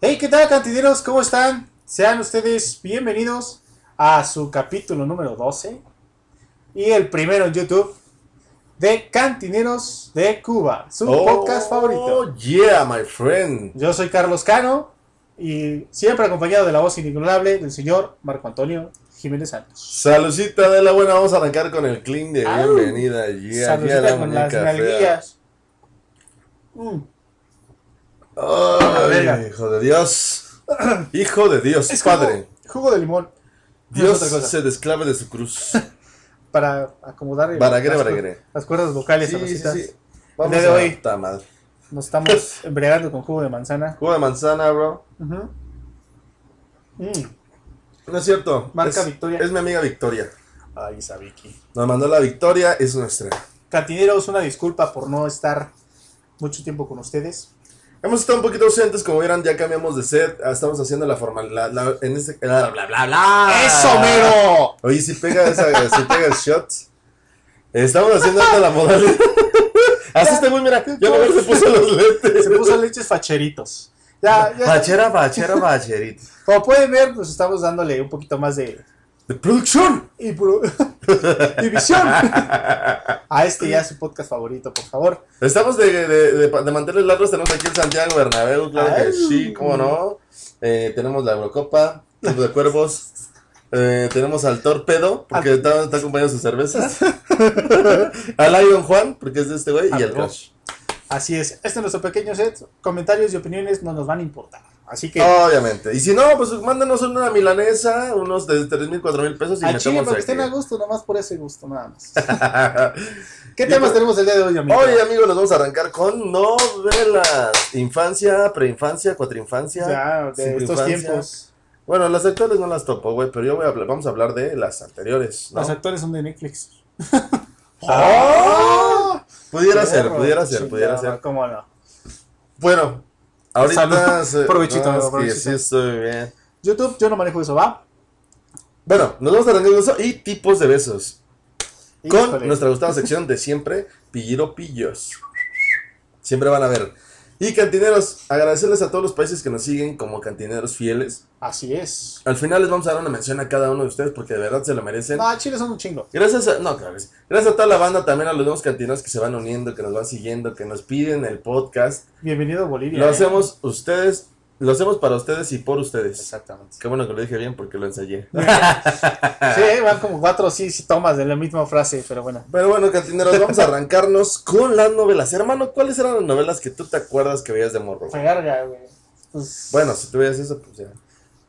Hey, ¿qué tal, cantineros? ¿Cómo están? Sean ustedes bienvenidos a su capítulo número 12 y el primero en YouTube de Cantineros de Cuba, su podcast favorito. Oh, yeah, my friend. Yo soy Carlos Cano y siempre acompañado de la voz inigualable del señor Marco Antonio Jiménez Santos. Salucita de la buena. Vamos a arrancar con el clean de Au. bienvenida. Yeah, yeah, Saludita la con las muñeca fea. nalguillas. Mm, Ay, verga. hijo de Dios. Hijo de Dios, es padre. jugo- jugo de limón no es Dios otra cosa. se desclave de su cruz. para acomodar el- Baragué, las, baragué. las cuerdas vocales a Rosita. Vamos El día de a hoy. Está mal. Nos estamos embriagando con jugo de manzana. Jugo de manzana, bro. Ujú. Mm. No es cierto. Marca Es- Victoria. Es mi amiga Victoria. Ay, esa Vicky. Nos mandó la Victoria, es nuestra. Cantineros, una disculpa por no estar mucho tiempo con ustedes. Hemos estado un poquito ausentes, como vieron, ya cambiamos de set. ah, Estamos haciendo la formalidad. en este, la- bla, bla, bla. Ah. mero! Oye, si pega, esa, si pega el shot. Estamos haciendo hasta la modalidad. Hasta este güey, mira, ya no se puso los lentes. Se puso leches facheritos. Ya, ya. Bachera, bachera, bacherito. Como pueden ver, pues estamos dándole un poquito más de ¡De producción! y pro- y visión a este ya su podcast favorito, por favor. Estamos de, de, de, de manteles largos, tenemos aquí el Santiago Bernabéu, claro que Ay. sí, cómo no. Eh, tenemos la Eurocopa, Club de Cuervos. Eh, tenemos al Torpedo, porque está, está acompañado de sus cervezas. al Lion Juan, porque es de este güey, y Al al Rock. Cash. Así es, este es nuestro pequeño set. Comentarios y opiniones no nos van a importar. Así que, Obviamente. Y si no, pues mándanos una milanesa, unos de 3 mil, 4 mil pesos y a Chile, metemos para que aquí. estén a gusto, nomás por ese gusto, nada más. ¿Qué Y temas pues- tenemos el día de hoy, amigo? Hoy, amigos, nos vamos a arrancar con novelas. Infancia, preinfancia, cuatrinfancia. Ya, de estos cincoinfancia. tiempos. Bueno, las actuales no las topo, güey, pero yo voy a hablar- vamos a hablar de las anteriores, ¿no? Los actores son de Netflix. ¡Ah! ¡Oh! Pudiera ser, Perro, pudiera ser, chingada, pudiera ser. ¿Cómo no? Bueno, ahorita... Salud. se- Provechito, no, es que provechito. sí estoy bien. YouTube, yo no manejo eso, ¿va? Bueno, nos vamos a arrancar con eso y tipos de besos. Con Híjole. nuestra gustada sección de siempre, Pilliro Pillos. Siempre van a ver. Y cantineros, agradecerles a todos los países que nos siguen como cantineros fieles. Así es. Al final les vamos a dar una mención a cada uno de ustedes porque de verdad se lo merecen. No, Chile son un chingo. Gracias a, no, claro, es- gracias a toda la banda, también a los nuevos cantineros que se van uniendo, que nos van siguiendo, que nos piden el podcast. Bienvenido a Bolivia. Lo eh. hacemos ustedes, lo hacemos para ustedes y por ustedes. Exactamente. Qué bueno que lo dije bien porque lo ensayé. Ah. Sí, van como cuatro sí, sí tomas de la misma frase, pero bueno. Pero bueno, cantineros, vamos a arrancarnos con las novelas. Hermano, ¿cuáles eran las novelas que tú te acuerdas que veías de Fue morro? güey? garga, güey. Pues, Bueno, si tú veías eso, pues ya.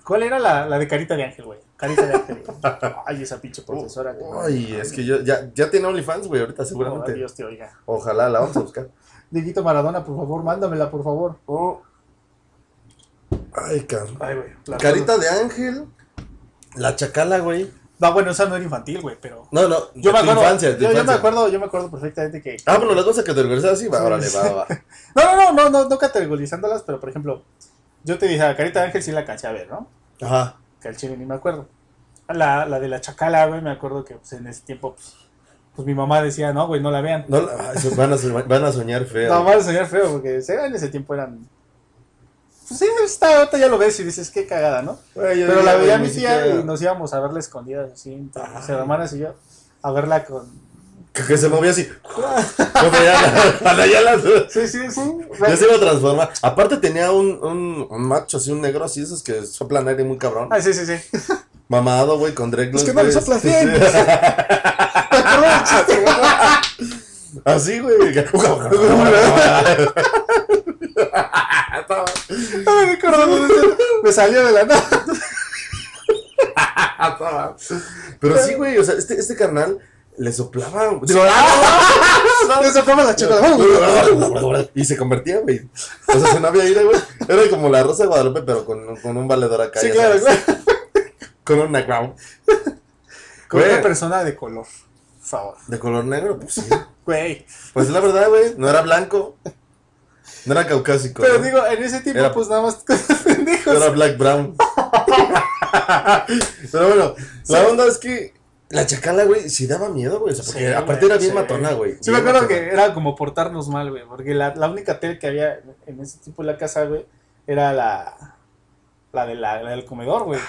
¿Cuál era la, la de Carita de Ángel, güey? Carita de Ángel. güey. Ay, esa pinche profesora. que no- Oh, Ay, es que yo, ya, ya tiene OnlyFans, güey, ahorita Oh, seguramente. Dios te oiga. Ojalá, la vamos a buscar. Dieguito Maradona, por favor, mándamela, por favor. Oh, Ay, cabrón. Ay, güey. la- Carita de ángel. La chacala, güey. No, bueno, esa no era infantil, güey, pero. No, no, Yo me de tu acuerdo. infancia, de tu yo, yo me infancia. acuerdo, yo me acuerdo perfectamente que. Ah, bueno, las vas a categorizar así, va, órale, va, va, va. No, no, no, no, no, no categorizándolas, pero por ejemplo, yo te dije, a Carita de Ángel sí la caché a ver, ¿no? Ajá. Que al chile ni me acuerdo. La, la de la Chacala, güey, me acuerdo que pues, en ese tiempo, pues, pues, mi mamá decía, no, güey, no la vean. No, la- ay, se- van, a, soñar- van a soñar feo. No, mal señor feo, porque se- en ese tiempo eran. Pues sí, está, ahorita ya lo ves y dices, qué cagada, ¿no? Güey, yo Pero diría, la veía güey, mi ni tía siquiera- y nos íbamos a verla escondidas, así, entre Ajá. mis hermanas y yo, a verla con. Que, que se movía así. Como ya la- para allá las- Sí, sí, sí. Ya se iba a transformar. Aparte tenía un, un, un macho así, un negro así, esos que soplan aire muy cabrón. Ah, sí, sí, sí. Mamado, güey, con dreadlocks. Es que no le güey. soplas bien. Sí. Así, güey. que- Estaba- Ay, me acuerdo de eso. Me salió de la nada. Pero sí, güey, o sea, este, este carnal le soplaba. digo, Me soplaba la chica. y se convertía, güey. O sea, se no había aire, güey. Era como la Rosa de Guadalupe, pero con, con un valedor acá. Sí, ya claro, sabes, claro. Con un background Con Güey. una persona de color. Por favor. de color negro, pues sí. Güey. Pues la verdad, güey, no era blanco. No era caucásico. Pero ¿no? digo, en ese tiempo, Era- pues nada más pendejos. Era Black Brown. Pero bueno, la onda es que la chacala, güey, sí daba miedo, güey. o sea, porque Sí, aparte güey, era bien sí. matona, güey. Sí, me Bien acuerdo matona. que era como portarnos mal, güey. Porque la, la única tele que había en ese tipo de la casa, güey, era la. la, de la, la del comedor, güey.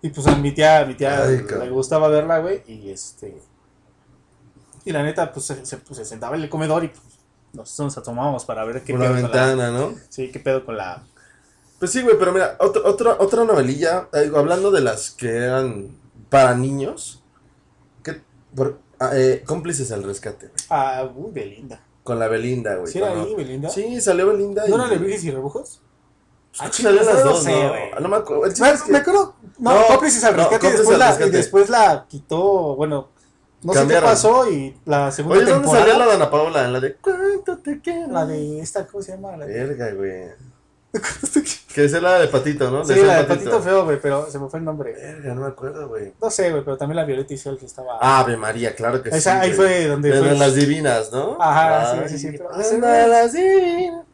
Y pues a mi tía, a mi tía Ay, le cabrón. gustaba verla, güey, y este... Y la neta, pues se, se- pues, se sentaba en el comedor y pues, nosotros nos asomábamos para ver qué Por la pedo con la... ventana, ¿no? Sí, qué pedo con la... Pues sí, güey, pero mira, otro- otra otra novelilla, eh, hablando de las que eran para niños, que, por- ah, eh, cómplices al rescate, güey, Ah, uy, Belinda. con la Belinda, güey. ¿Sí era cuando- ahí, Belinda? Sí, salió Belinda. ¿No y- pues, era de Virgen y Rebujos? Creo que Ah, salieron chingada, las no dos, sé, ¿no? güey. No me acuerdo. El chiste Me, es que Ah, me acuerdo. No, No, cómplices al no, rescate, y cómplices después al la, rescate. y después la quitó, bueno, no Cambiaron. sé qué pasó y la segunda Oye, ¿dónde temporada... salió la de Ana Paola? En la de ¿Cuánto te quiero? La de esta, ¿cómo se llama? La de... Verga, güey. Que es la de Patito, ¿no? sí, ser la de Patito Feo, güey, pero se me fue el nombre. Verga, no me acuerdo, güey. No sé, güey, pero también la Violeta Isabel que estaba... Ave María, claro que Ah, sí. Esa- ahí güey. fue donde Pero fue- en las divinas, ¿no? Ajá, sí, Ay, sí, sí, pero- Anda, las divinas.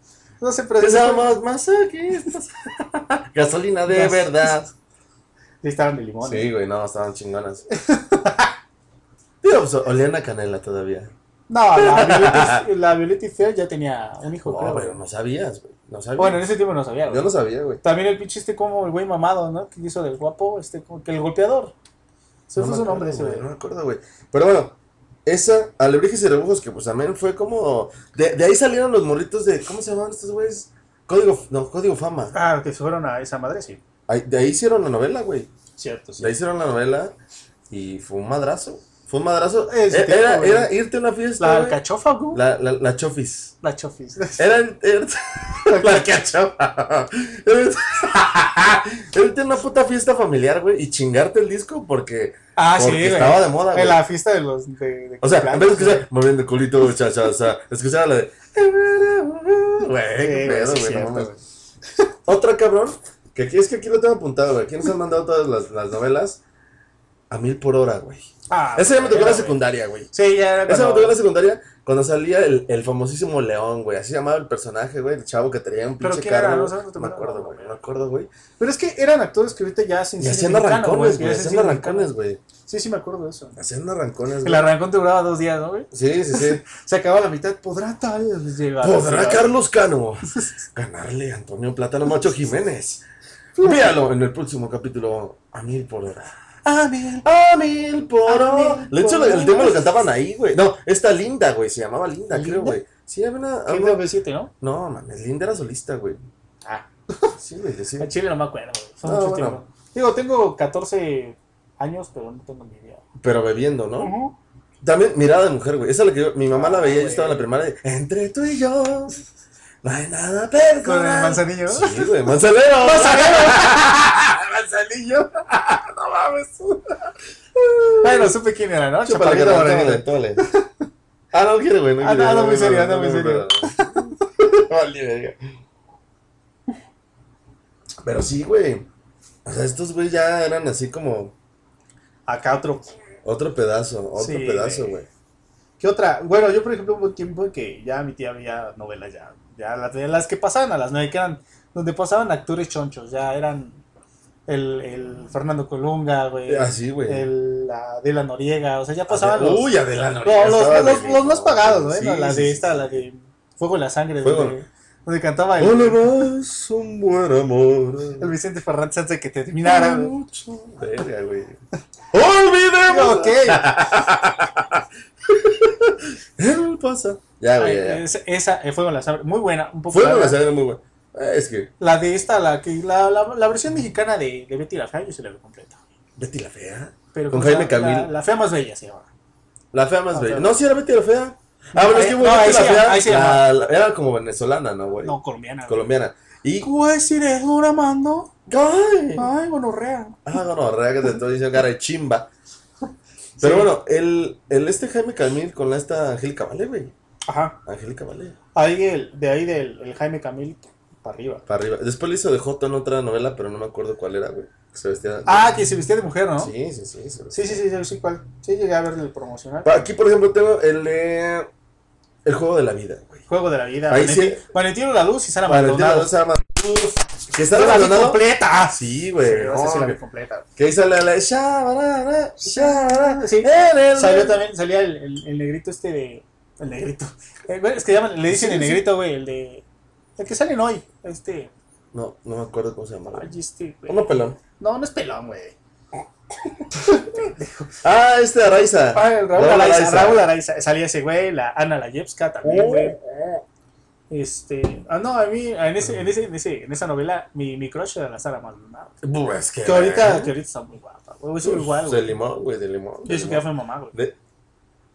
No sé, pero... Que después- somos masoquistas. Gasolina de Gas- verdad. Sí, estaban de limón. Sí, güey, no, estaban chingonas. Tío, pues olían a canela todavía. No, la Violeta, la Violeta Isabel ya tenía un hijo, No, creo, pero güey. no sabías, güey. No sabías. Pues Bueno, en ese tiempo no sabía, güey. Yo no sabía, güey. También el pinche este como el güey mamado, ¿no? Que hizo del guapo, este, como que el golpeador. Ese fue No me su acuerdo, nombre ese, güey, güey. No me acuerdo, güey. Pero bueno, esa, Alebrijes y Rebujos, que pues también fue como. De, de ahí salieron los morritos de. ¿Cómo se llamaban estos güeyes? Código, no, Código Fama. Ah, que se fueron a esa madre, sí. Ahí- de ahí hicieron la novela, güey. Cierto, sí. De ahí hicieron la novela y fue un madrazo. Fue un madrazo. Ese Eh, tiempo, era, güey. era irte a una La fiesta. güey. alcachofa, güey. La, La, la, la chofis. chofis. Eran. era- la cachofa. Era irte a una puta fiesta familiar, güey, y chingarte el disco porque, Ah, sí, porque güey. estaba de moda, güey. En la fiesta de los. De, de O sea, en vez de cumpleaños, güey. escuchar moviendo el culito, cha, cha, cha, escuchaba la de. Güey, Eh, qué Sí, güey, pedo, sí, güey, no cierto, mames. güey. Otra cabrón, que aquí es que aquí lo tengo apuntado, güey. Aquí nos han mandado todas las, las novelas a mil por hora, güey. Ah, Ese ya me tocó en era, la güey. secundaria, güey. Sí, ya era Ese me cuando- tocó en la secundaria cuando salía el, el famosísimo León, güey. Así llamaba el personaje, güey. El chavo que tenía un ¿Pero pinche quién era? carro. No sé, no te me acuerdo. acuerdo, güey. No me acuerdo, güey. Pero es que eran actores que ahorita ya hacen Y cine hacían mexicano, arrancones, que güey. hacen Haciendo cine arrancones, mexicano. güey. Sí, sí, me acuerdo de eso. Haciendo arrancones, El güey. arrancón te duraba dos días, ¿no, güey? Sí, sí, sí. Se acababa la mitad. ¿Podrá tal? llegar? ¿Podrá Carlos Cano ganarle a Antonio Plátano Macho Jiménez? Míralo en el próximo capítulo a mil por hora. Ah, bien. A mil por A hora. mil De hecho, por el hora. tema lo cantaban ahí, güey. No, esta Linda, güey. Se llamaba Linda, creo, ¿Linda? güey. Sí, había una. ¿Qué había- B7, no? No, mames, Linda era solista, güey. Ah. Sí, güey, sí. En Chile no me acuerdo, güey. Fue No, mucho Ah, bueno. tiempo. Digo, tengo 14 años, pero no tengo ni idea. Pero bebiendo, ¿no? Ujú. También mirada de mujer, güey. Esa es la que yo- mi mamá la Ah, veía, yo güey. estaba en la primaria. y, Entre tú y yo, no hay nada perdonar. Con el manzanillo. Sí, güey, manzanero. Manzanero. manzanillo. no mames. Bueno, supe quién era, ¿no? Chúpale, Chaparrito carnal, Moreno. tómale, tómale. Ah, no quiere, güey, no Ah, quiere. no, anda muy serio, anda no, muy no, serio. no. Vale, verga. Pero sí, güey. O sea, estos güey ya eran así como Acá otro. otro pedazo, otro Sí, pedazo, güey. güey. ¿Qué otra? Bueno, yo por ejemplo hubo un tiempo en que ya mi tía veía novelas ya. Ya las, de las que pasaban a las nueve, que eran donde pasaban actores chonchos, ya eran el, el Fernando Colunga, güey. Así, Ah, güey. Eh, El, la de la Noriega, o sea, ya pasaban Adela- los, Uy, Adela los, Noriega los- estaba los- de- los más pagados, ¿no? Sí, la sí, de sí, esta, sí. la de Fuego en la Sangre, Fuego. Oh, Donde, donde cantaba No le el, vas un buen el amor. Vicente Fernández antes de que terminara. güey. Mucho. Verga, güey. ¡Olvidemos! Ok. El pasado. Ya, güey, Ah, ya. Ay, es- esa eh, Fuego en la Sangre, muy buena, un poco Fue larga. una serie muy buena. Ah, Es que La de esta, la que la, la, la versión mexicana de, de Betty la Fea, yo se la veo completa. Betty la Fea. Pero Con pues, Jaime la- La, Camil. la fea más bella se llama. La fea más La bella. fea. No, sí era Betty la Fea. Ah, bueno, es que Ah, eh, hubo no, ahí Betty la sí, Fea. ahí sí la- llamaba. la- era como venezolana, ¿no, güey? No, colombiana. güey. Colombiana. Y. Güey, si eres dura, mando. ¡Ay! Ay, gonorrea. Ah, bueno, rea que te estoy diciendo cara de chimba. Pero bueno, el, el este Jaime Camil con la esta Angélica Vale, güey. Ajá. Angélica Vale. Ahí el, de ahí del el Jaime Camil para arriba. Para arriba. Después le hizo de Joto en otra novela, pero no me acuerdo cuál era, güey. Que Se vestía. Ah, que se vestía de mujer, ¿no? Sí, sí, sí. se sí, vestía. sí, sí, sí, sí, cuál. Sí, llegué a ver el promocional. Pa- Aquí, por ejemplo, tengo el. eh, el juego de la vida, güey. Juego de la vida. Ahí Valentino, sí. Valentino la luz y Sara Para el tema de Maldonado. los armas. Uf, Que está Yo la vi abandonado. completa. Sí, Sí, güey. esa no, sí la vi güey. completa. que ahí sale la. Shabarara, shabarara, Sí. en el- Salió también, salía el, el- el negrito este de. El negrito. Eh, güey, es que llaman, le dicen Sí, el sí. negrito, güey, el de. El que salen hoy, este. No, no me acuerdo cómo se llamaba. Ay, este, güey. Uno pelón. No, no es pelón, güey. Ah, este Araiza. Ah, el Raúl Raúl Araiza, Oh, Araiza. Raúl Araiza. Salía ese güey, la Ana Layevska también, güey. Este, ah, no, a mí, en, ese, en, ese, en, ese, en esa novela, mi, mi crush era la Sara Maldonado. Bu, es que. Que ahorita, que ahorita está muy guapa, güey. Es Pues, igual, De güey. limón, güey, de limón. Y de Eso que ya limón. fue mamá, güey. De-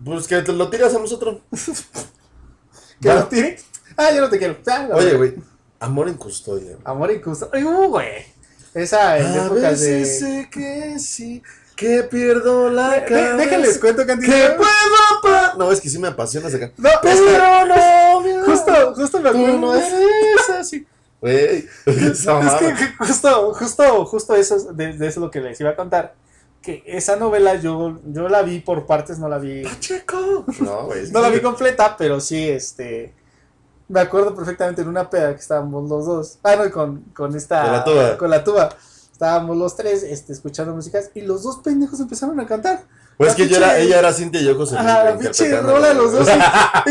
Pues que te lo tiras a nosotros. ¿Que Va. lo tiene? Ah, yo no te quiero. Ah, la Oye, verdad. güey. Amor en custodia. Amor incusto. Ay, uh, güey. Esa en A épocas de. veces sé que sí, que pierdo la De- cabeza. Déjenles cuento, Candido. que puedo pa- No, es que sí me apasiona esa canción. No, es que Pero no, mira, justo, justo me tú acuerdo. no eres así. Güey, esa Es mamada. que justo, justo, justo eso es de, de eso lo que les iba a contar. Que esa novela yo, yo la vi por partes, no la vi. Pacheco. No, güey. es No la que- vi completa, pero sí, este. Me acuerdo perfectamente en una peda que estábamos los dos. Ah, no, con, con esta. Con la tuba. Con la tuba. Estábamos los tres este, escuchando músicas y los dos pendejos empezaron a cantar. Pues es que yo era, pinche- ella era Cintia y yo José. Ajá, la pinche rola de los dos. Y,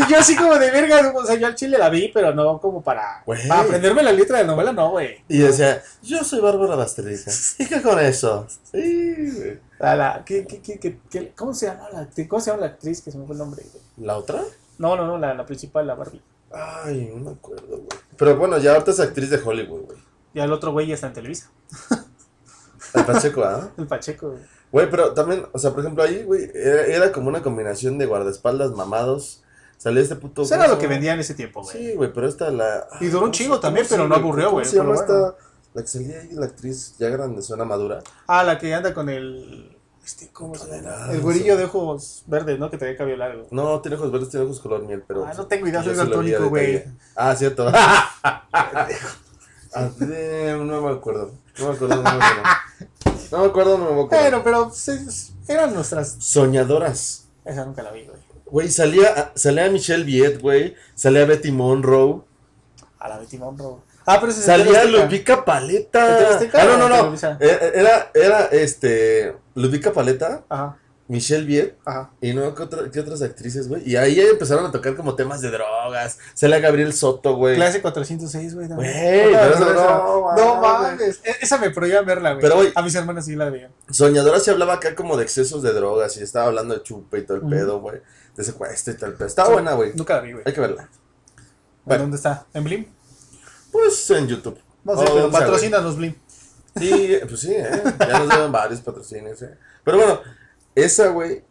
y yo así como de verga, o sea, yo al chile la vi, pero no como para, Güey. para aprenderme la letra de novela, no, güey. Y decía, yo soy Bárbara Bastardica. ¿Y qué con eso? Sí, güey. A la- ¿qué- qué- qué- qué- qué- ¿Cómo se llama la actriz? ¿Cómo se llama la actriz? Que se me fue el nombre. güey? ¿La otra? No, no, no, la, la principal, la Barbie. Ay, no me acuerdo, güey. Pero bueno, ya ahorita es actriz de Hollywood, güey. Y al otro güey ya está en Televisa, El Pacheco, ¿ah? el Pacheco. güey. Güey, pero también, o sea, por ejemplo, ahí, güey, era, era como una combinación de guardaespaldas mamados. Salía este puto. Eso era lo ¿cómo se que llama? vendía en ese tiempo, güey. Sí, güey, pero esta la. Y duró un ¿Cómo se- chingo también, cómo pero se- no aburrió, ¿cómo güey, se llama pero bueno. esta? La que salía ahí, la actriz ya grande, suena madura. Ah, la que anda con el. Este, ¿Cómo se llama? El güerillo de ojos verdes, ¿no? Que tenía cabello largo. No, tiene ojos verdes, tiene ojos color miel, pero. Ah, no tengo idea, soy yo sí lo vi a daltónico, güey. detalle. Ah, cierto. Ah, de- no me acuerdo. No me acuerdo, no me acuerdo. No me acuerdo, no me acuerdo. Pero, pero, pues, es- eran nuestras. Soñadoras. Esa nunca la vi, güey. Güey, salía, salía Michelle Viet, güey. Salía Betty Monroe. A la Betty Monroe. Ah, pero ese es el Salía de Azteca. Ludvica ¿En TV Paleta. Azteca Ah, o no, no, en no. Televisa? Eh, Era, era este. Ludvica Paleta, Ajá, Michelle Viet. ajá. Y no, ¿qué, otra- qué otras actrices, güey? Y ahí empezaron a tocar como temas de drogas. Salía Gabriel Soto, güey. Clase 406, güey. también. Güey, Otra pero vez, eso otra no, vez. no mames. mames. E- Esa me prohibían verla, güey. Pero, güey- A mis hermanas sí la veían. Soñadora se hablaba acá como de excesos de drogas. Y estaba hablando de chupe y todo el Ujú. pedo, güey. De secuestro y todo el pedo. Estaba buena, güey. Nunca la vi, güey. Hay que verla. ¿En Bueno. ¿Dónde está? ¿En Blim? Pues en YouTube. No sé, O pero sea, güey. patrocínanos Blim. Sí, pues sí, ¿eh? ya nos deben varios patrocinios. ¿eh? Pero bueno, esa, güey,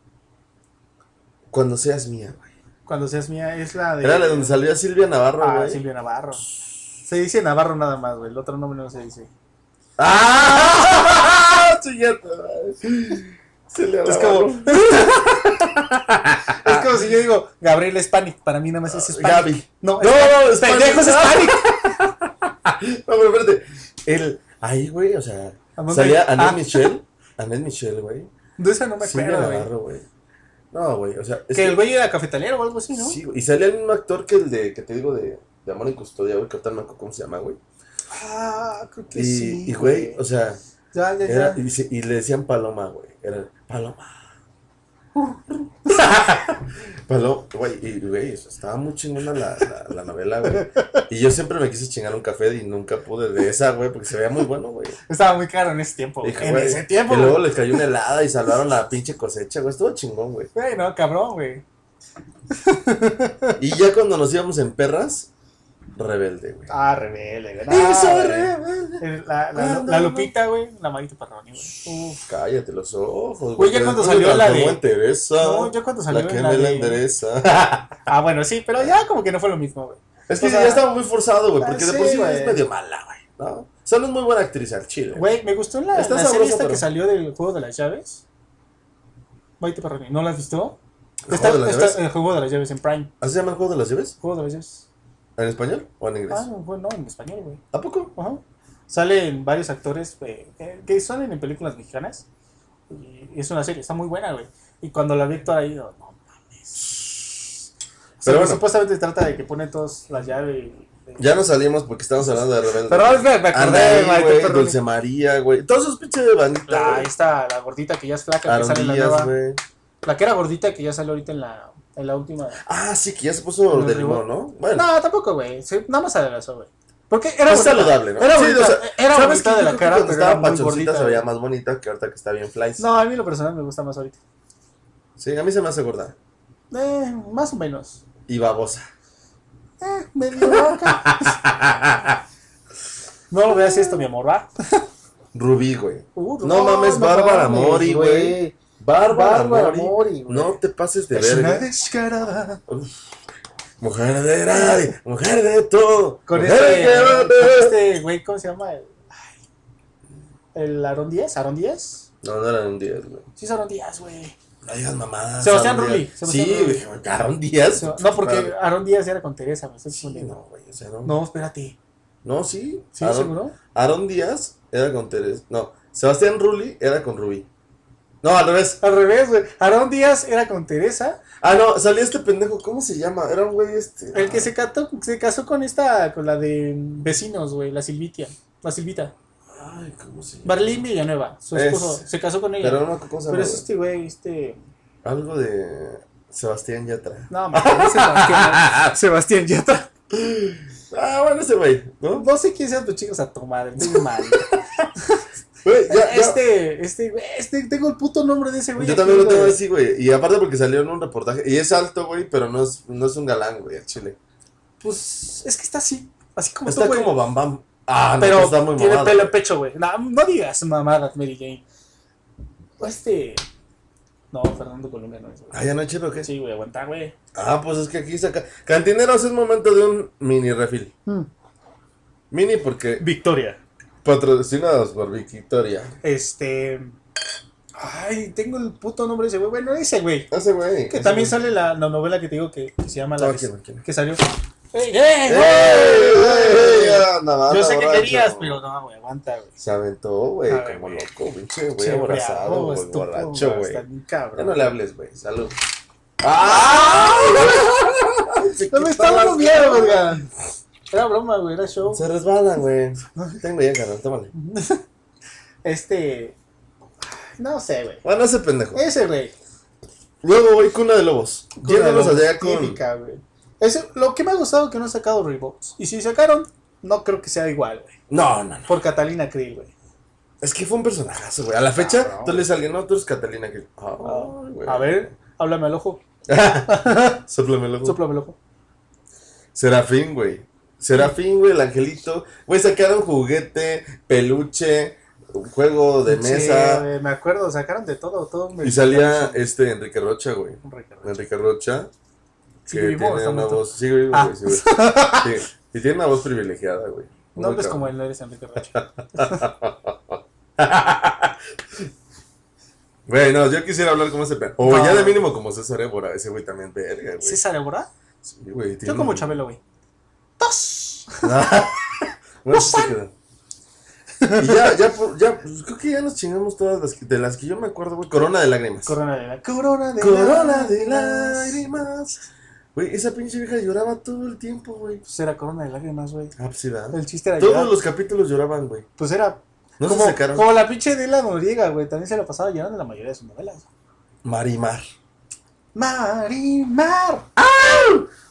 cuando seas mía, güey. Cuando seas mía, es la de. Era la donde salía Silvia Navarro, Ah, güey. Silvia Navarro. Se dice Navarro nada más, güey. El otro nombre no se dice. ¡Ah! Chingata, Silvia Es Navarro. como. Ah. es como si yo digo Gabriel Hispanic. Para mí nada más es Hispanic. Gaby. No, Ah, No, no, es pendejo es Hispanic. Hispanic. No, pero espérate. El, ahí, güey, o sea, ¿A salía dónde? Anel Ah. Michel. Anel Michel, güey. De esa no me Silvia acuerdo, güey. Navarro, güey. No, güey, o sea. es Que el güey era cafetalero o algo así, ¿no? Sí, güey, y salía el mismo actor que el de, que te digo, de, de Amor en Custodia, güey, que ahorita no me acuerdo cómo se llama, güey. Ah, creo que Y, sí. y, güey, o sea, Ya, ya, era- ya. y, dice- y le decían Paloma, güey. Era Paloma. Paloma, güey, y güey, eso, estaba muy chingona la, la, la novela, güey. Y yo siempre me quise chingar un café y nunca pude de esa, güey, porque se veía muy bueno, güey. Estaba muy caro en ese tiempo. güey. Dije, en güey, ese tiempo. Y luego güey. les cayó una helada y salvaron la pinche cosecha, güey. Estuvo chingón, güey. Güey, no, cabrón, güey. Y ya cuando nos íbamos en perras, rebelde, güey. Ah, rebelde, güey. Y soy Ah, güey. rebelde. El- La, la, Cuando la no- Lupita, güey. La Marita Parroni, güey. Uf. Cállate los ojos, Güey, ya que cuando después salió la transformó de- en Teresa, No, ya cuando salió La que en la me la de- endereza. Ah, bueno, sí, pero ya como que no fue lo mismo, güey. Es que O sea, ya estaba muy forzado, güey, ah, porque de sí, por sí güey. es medio mala, güey, ¿no? O sea, no es muy buena actriz al chile. Güey, me gustó la, la Está serie sabroso, esta que pero- salió del juego de las llaves. Marita Parroni, ¿no la has visto? ¿El Está- juego de las está- llaves? El juego de las llaves en Prime. ¿Así se llama el juego de las llaves? Juego de las llaves. ¿En español o en inglés? Ah, bueno, en español, güey. ¿A poco? Ajá. Salen varios actores eh, que- que salen en películas mexicanas. Y es una serie, está muy buena, güey. Y cuando la vi toda ahí, digo, no mames. O sea, Pero bueno. Supuestamente trata de que ponen todos la llave. y- Ya nos salimos porque estábamos hablando de rebelde. Perdón, me, me acordé, Anda ahí, Maite, güey, perdón. Dulce María, güey. Todos esos pinches de La, bandita. esta, la gordita que ya es flaca, que Aaron sale en la Díaz, nueva. güey. La que era gordita que ya salió ahorita en la, en la última. Ah, sí, que ya se puso Los de Ribot. limón, ¿no? Bueno, No, tampoco, güey. Sí, nada más adelgazó, güey. Porque era Más bonita. saludable, ¿no? Era Sí, bonita, o sea, era ¿Sabes bonita qué? de Yo la creo que cara, cuando pero estaba era muy panzoncita gordita. se veía más bonita que ahorita que está bien flies. No, a mí lo personal me gusta más ahorita. Sí, a mí se me hace gorda. Eh, más o menos. Y babosa. Eh, medio loca. no lo veas esto, mi amor, ¿va? Rubí, güey. Uh, No mames, Bárbara Mori, güey. Bárbara Bárbara Mori. Mori, güey. No te pases de Es una verga. descarada. Mujer de nadie, mujer de todo. Con mujer este, que no con te- este güey, ¿cómo se llama? El, ay, el Aarón Díaz, Aarón Díaz. No, no eran un 10, güey. Sí, es Aarón Díaz, güey. No digas mamadas. Sebastián Aaron Rulli, Díaz. Sebastián Sí, Rulli. güey, Aaron Díaz. No, porque Aarón Díaz era con Teresa, me estoy Sí, confundiendo. no, güey, o sea, no. No, No, espérate. sí. ¿Sí, Aaron- seguro? Aaron Díaz era con Teres. No, Sebastián Rulli era con Rubí. No, al revés. Al revés, güey. Aarón Díaz era con Teresa, Ah, no, salía este pendejo. ¿Cómo se llama? Era un güey este. el que se, cató- se casó con esta, con la de vecinos, güey, la Silvitia. La Silvita. Ay, ¿cómo se llama? Marlene Villanueva, su Es- esposo. Se casó con ella. Pero Pero, no, me acuerdo ¿cómo se llama? es güey. este güey, este. Algo de Sebastián Yatra. No, mames, Sebastián. Sebastián Yatra. Ah, bueno, ese güey, ¿no? No sé quién sean tus chicos a tu madre, estoy mal. Güey, ya, ya. Este, este, güey, este, tengo el puto nombre de ese güey. Yo aquí, también lo tengo güey. así, güey. Y aparte porque salió en un reportaje. Y es alto, güey, pero no es, no es un galán, güey, al chile. Pues es que está así, así como Está tú, güey. como Bam Bam. Ah, no, pero está muy tiene mamado. pelo en pecho, güey. No, no digas mamadas, Mary Jane. O Este. No, Fernando Colombia no es, güey. Ah, ya no es chile, ¿o qué? Sí, güey, aguanta, güey. Ah, pues es que aquí saca. Cantineros es momento de un mini refil. Mini porque Victoria. patrocinados por Victoria. Este. Ay, tengo el puto nombre de ese güey. Bueno, ese güey. Ese güey. Que ese también güey. sale la, la novela que te digo que, que se llama La No, que- aquí no, aquí no. que salió. ¡Ey, ey, ey! Anda, Yo anda, sé que borracho. querías, pero no, güey, aguanta, güey. Se aventó, güey, A ver, como güey. loco, pinche güey, Che, abrazado, bravo, güey, estúpido, borracho, güey. está bien Ya cabrón. no le hables, güey, salud. ¡Ah! Se No me quitó estaba las moviendo, manos. verga. Era broma, güey, era show. Se resbala, güey. Tengo ya, carnal, tómale. Este. No sé, güey. Bueno, ese pendejo. Ese, güey. Luego, güey, cuna de lobos. Llévanos Con la allá con. típica, güey. Ese- lo que me ha gustado que no han sacado Reeboks. Y si sacaron, no creo que sea igual, güey. No, no, no. Por Catalina Krill, güey. Es que fue un personajazo, güey. A la fecha, Cabrón. tú le dices a alguien, no, tú eres Catalina Krill. Ay, güey. a ver, háblame al ojo. Sóplame el ojo. Sóplame al ojo. Serafín, güey. Serafín, güey, el angelito. Güey, sacaron juguete, peluche, un juego de Sí, mesa. güey, me acuerdo, sacaron de todo, todo. me- y salía este Enrique Rocha, güey. Un recargo. Enrique Rocha. Sí, que vivo, tiene está una muerto. voz. Sí, vivo, Ah. güey, sí, güey. Sí. Y tiene una voz privilegiada, güey. No Muy hables cabrón. como él, no eres Enrique Rocha. Güey, no, yo quisiera hablar como ese perro. O No. ya de mínimo como César Évora, ese güey también, verga, güey. ¿César Évora? Sí, güey. Yo tiene como un- Chabelo, güey. ¡Tos! Bueno, sí se quedó. Y ya, ya, por- ya, pues, creo que ya nos chingamos todas las que- de las que yo me acuerdo, güey. Corona de lágrimas. Corona de la... Corona de Corona de lágrimas. lágrimas. Güey, esa pinche vieja lloraba todo el tiempo, güey. Pues era Corona de lágrimas, güey. Ah, pues sí, ¿verdad? El chiste era llorar. Todos los capítulos lloraban, güey. Pues era No como, se sacaron. como la pinche de la Noriega, güey. También se la pasaba llorando en la mayoría de sus novelas. Marimar. Marimar.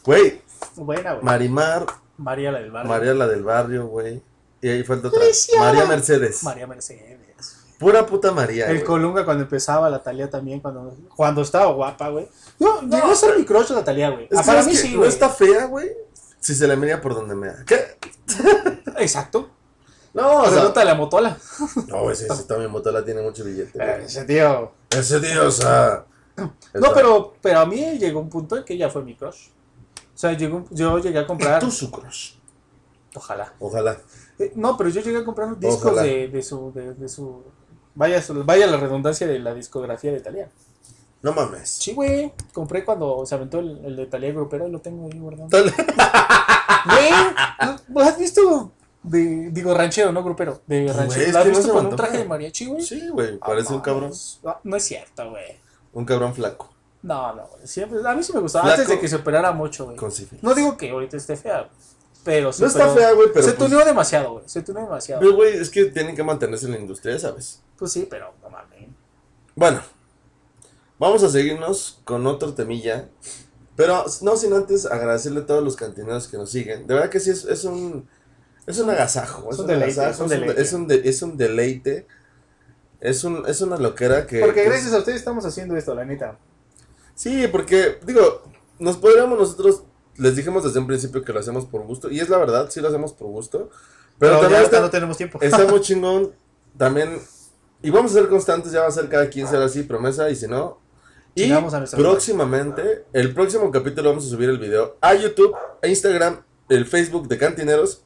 Güey, Buena, güey. Marimar, María la del barrio. María la del barrio, güey. Y ahí falta otra. Luciana. María Mercedes. María Mercedes. Pura puta María, El güey. Colunga cuando empezaba, la Talía también, cuando, cuando estaba guapa, güey. No, llegó a ser mi crush la Talía, güey. Es Ah, que, Para ¿sabes mí qué? sí, No güey. está fea, güey. Si se la mira por donde me da. ¿Qué? Exacto. No, o sea, Renata de la motola. Eh, No, ese, ese también Motola tiene mucho billete. güey. Ese tío. Ese tío, o sea. No, pero, pero a mí llegó un punto en que ya fue mi crush. O sea, llegó, un- yo llegué a está- comprar. Tú su crush. Ojalá. Ojalá. Eh, no, pero yo llegué a comprar discos Ojalá. de, de su. De, de su vaya, su- vaya la redundancia de la discografía de Talía. No mames. Sí, güey. Compré cuando se aventó el, el de Talía Grupero. Lo tengo ahí guardado. Tal- Güey, ¿lo has visto? De, digo, ranchero, no grupero. De ranchero. es ¿Lo has que no visto se me con un antoja. traje de mariachi, güey? Sí, güey. Parece un Ah, cabrón. No, no es cierto, güey. Un cabrón flaco. No, no, güey. Siempre, a mí sí me gustaba. Flaco. Antes de que se operara mucho, güey. Con sífilis. No digo que ahorita esté fea, pero sí, No está pero- fea, güey, pero. se pues- tuneó demasiado, güey. Se tuneó demasiado. pero, güey, es que tienen que mantenerse en la industria, ¿sabes? Pues sí, pero no mames. Bueno. Vamos a seguirnos con otro temilla. Pero no sin antes agradecerle a todos los cantineros que nos siguen. De verdad que sí, es, es un. Es un agasajo. Es Es un un deleite, agasajo, es un es un de- deleite. es un de- es un deleite. Es, un, es una loquera que. Porque que- gracias a ustedes estamos haciendo esto, la neta. Sí, porque, digo, nos podríamos nosotros. Les dijimos desde un principio que lo hacemos por gusto. Y es la verdad, sí lo hacemos por gusto. Pero, Pero, ya también ahorita está, no tenemos tiempo. está muy chingón. También. Y vamos a ser constantes, ya va a ser cada quien será así, promesa. Y si no. Y Chingamos a nuestra próximamente, el próximo capítulo vamos a subir el video a YouTube, a Instagram, el Facebook de Cantineros.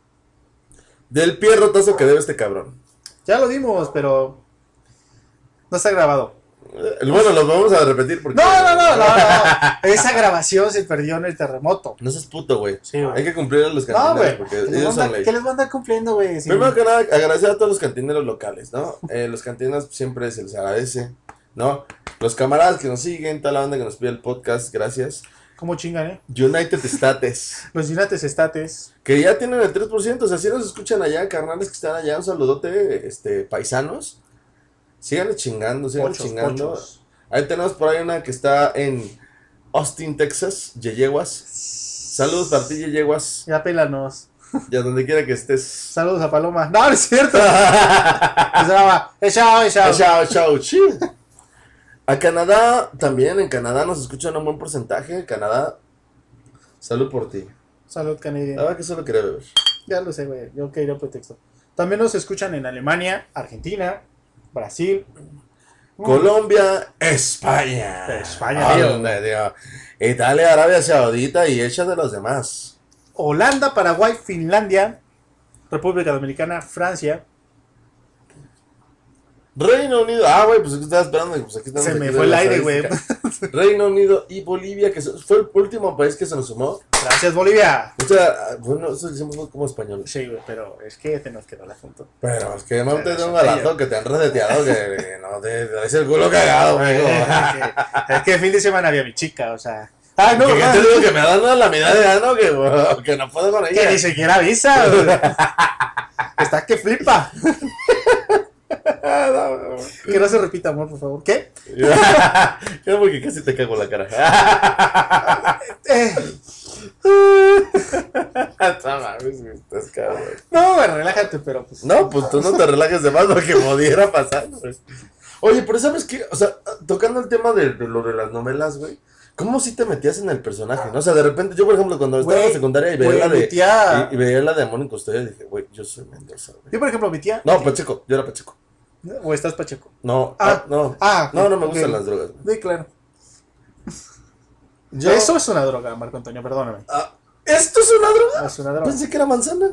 Del pierrotazo que debe este cabrón. Ya lo dimos, pero no está grabado. Eh, Bueno, los vamos a repetir porque. No, no, no, no, no. Esa grabación se perdió en el terremoto. No seas puto, güey. Sí, güey. Hay que cumplir a los No, cantineros güey. porque ¿Qué les ellos van a son andar- ley. ¿Qué les van a andar cumpliendo, güey? Sí. Primero que nada, agradecer a todos los cantineros locales, ¿no? Eh, los cantineros siempre se les agradece, ¿no? Los camaradas que nos siguen, toda la banda que nos pide el podcast, gracias. ¿Cómo chingan, eh? United States, Los United States. que ya tienen el 3%, o sea, si nos escuchan allá, carnales que están allá, un saludote, este, paisanos. Síganle chingando, síganle Pochos, chingando. pochos. Ahí tenemos por ahí una que está en Austin, Texas, Yeyeguas. Saludos para ti, Yeyeguas, Ya pélanos. y a donde quiera que estés. Saludos a Paloma. No, no es cierto. Se llama. eh, Chao, eh, chao. Ah, Chao, chao, chi. A Canadá, también en Canadá nos escuchan un buen porcentaje. Canadá, salud por ti. Salud, La Canadian. verdad que solo quería beber. Ya lo sé, güey. Yo quería pretexto. También nos escuchan en Alemania, Argentina, Brasil. Colombia, España. Mm. España, Ay, tío. hombre, tío. Italia, Arabia Saudita y hecha de los demás. Holanda, Paraguay, Finlandia, República Dominicana, Francia. Reino Unido, ah, güey, pues es que estaba esperando. que, Pues aquí estamos Se aquí me de fue el la aire, güey. estadística. Reino Unido y Bolivia, que se- fue el último país que se nos sumó. Gracias, Bolivia. O sea, bueno, eso decimos como españoles. Sí, güey, pero es que se nos quedó el asunto. Pero es que no Pero te eso den un te balazo que te han reseteado, que que no te, te des el culo cagado, güey. Eh, es, que, es que el fin de semana había mi chica, o sea. Ah, no, que yo ma, te digo que me dan la mitad de ano que, que no puedo con ella. que ni siquiera avisa. güey. Está que flipa. Que no se repita, amor, por favor. ¿Qué? Yo porque casi te cago la cara. Eh, No mames, güey, estás cabrón. no, güey, relájate, pero pues. No, pues tú no te relajes de más lo que pudiera pasar, güey. Oye, pero ¿sabes qué? O sea, tocando el tema de, de lo de las novelas, güey. ¿Cómo si te metías en el personaje? ¿no? O sea, de repente, yo, por ejemplo, cuando estaba en Güey, la secundaria y veía Güey, la de. mi tía. Y, y veía la de Amor en Custodia y dije, güey, yo soy Mendoza, güey. Yo, por ejemplo, mi tía. No, Pacheco, yo era Pacheco. ¿O estás Pacheco? No, Ah. ah, no. Ah, No, no me ok. gustan las drogas, güey. Sí, claro. Yo- Eso es una droga, Marco Antonio, perdóname. Ah, ¿Esto es una droga? Es una droga. Pensé que era manzana.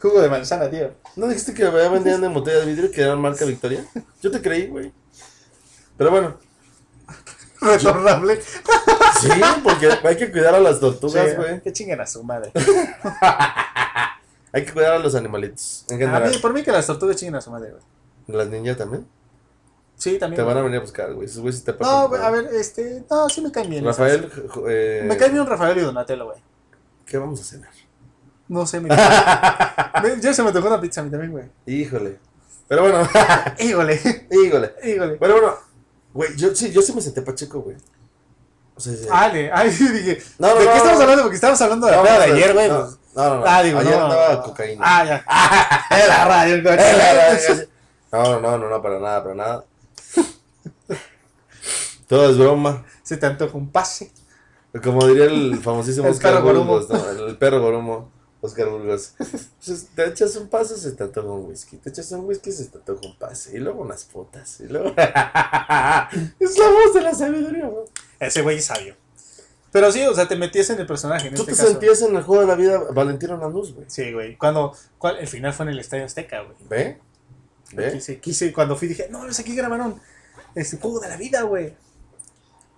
Jugo de manzana, tío. ¿No dijiste que me vendían en botella de vidrio que eran marca Victoria? Yo te creí, güey. Pero bueno, Retornable. sí, porque hay que cuidar a las tortugas, Sí, güey. que chinguen a su madre. Hay que cuidar a los animalitos, en A general. mí- por mí que las tortugas chinguen a su madre, güey. Las niñas también. Sí, también. Te van a venir a buscar, güey. Esos güeyes sí te pasan. No, güey. güey, a ver, este. No, sí me caen bien. Rafael, jo- eh, Me cae bien Rafael y Donatello, güey. ¿qué vamos a cenar? No sé, me. Me- Yo se me tocó una pizza a mí también, güey. Híjole. Pero bueno, Híjole, híjole. híjole. Bueno, bueno, güey, yo sí, yo sí me senté pacheco, güey. O sea, sí. Ale, ay, dije. No, no, ¿De no, qué no, estamos no. hablando? Porque estábamos hablando de Ah, la No, peda de no, ayer, güey. No, pues. no, no. Ah, digo, ayer no, andaba no. cocaína. Ah, ya. En la radio, el coche. Eh, la, la, la, No, no, no, no, para nada, para nada. Todo es broma. Se te antoja un pase. Como diría el famosísimo El Oscar perro Goromo. Burgos, ¿no? el, el perro Goromo, Oscar Burgos. Entonces, te echas un pase, se te antoja un whisky. Te echas un whisky, se te antoja un pase. Y luego unas putas. Y luego. es la voz de la sabiduría, ¿no? Ese güey es sabio. Pero sí, o sea, te metías en el personaje. En Tú este te caso. sentías en el juego de la vida Valentino Lanús, güey. Sí, güey. Cuando, cuál- el final fue en el Estadio Azteca, güey. ¿Ve? ¿Ve? Quise, quise, cuando fui dije, no, es aquí grabaron este juego de la vida, güey.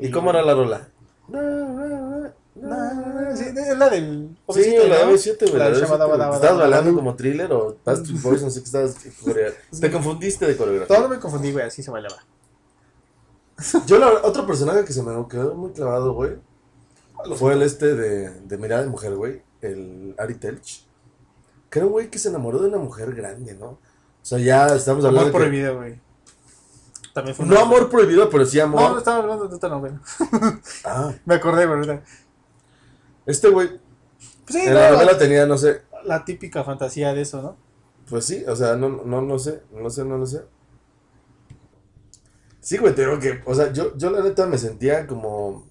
¿Y cómo era la rola? No, no, no, sí, es la del. Sí, Obisito, la ¿no? de 7 güey. La la de Shabada, de 7, güey. Bada, Bada, ¿Estabas Bada, bailando Bada. como thriller o Backstreet Boys? No sé qué estabas coreando. Te confundiste de Todo coreografía. me confundí, güey, así se bailaba. Yo, la, otro personaje que se me quedó muy clavado, güey, fue el este de, de Mirada de Mujer, güey. El Ari Telch. Que era un güey que se enamoró de una mujer grande, ¿no? O sea, ya estamos hablando. Amor de que- prohibido, güey. También fue No amor prohibido, pero sí amor. No, no estaba hablando de otra novela. Ah, Me acordé, güey, ahorita. este güey Pues sí, en no, la no, novela tenía, no sé, la típica fantasía de eso, ¿no? Pues sí, o sea, no, no, no sé, no lo sé, no lo sé. Sí, güey, te digo que, o sea, yo, yo la neta me sentía como...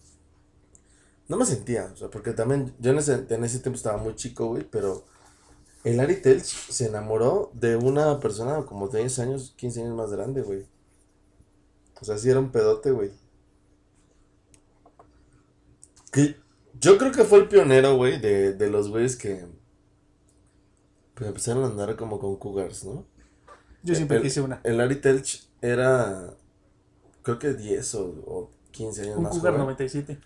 No me sentía, o sea, porque también yo en ese, en ese tiempo estaba muy chico, güey, pero el Ari Telch se enamoró de una persona como de 10 años, 15 años más grande, güey. O sea, sí era un pedote, güey. Que yo creo que fue el pionero, güey, de, de los güeyes que pues, empezaron a andar como con cougars, ¿no? Yo siempre El- quise una. El Ari Telch era, creo que 10 o, o 15 años Un más Cougar joven. 97.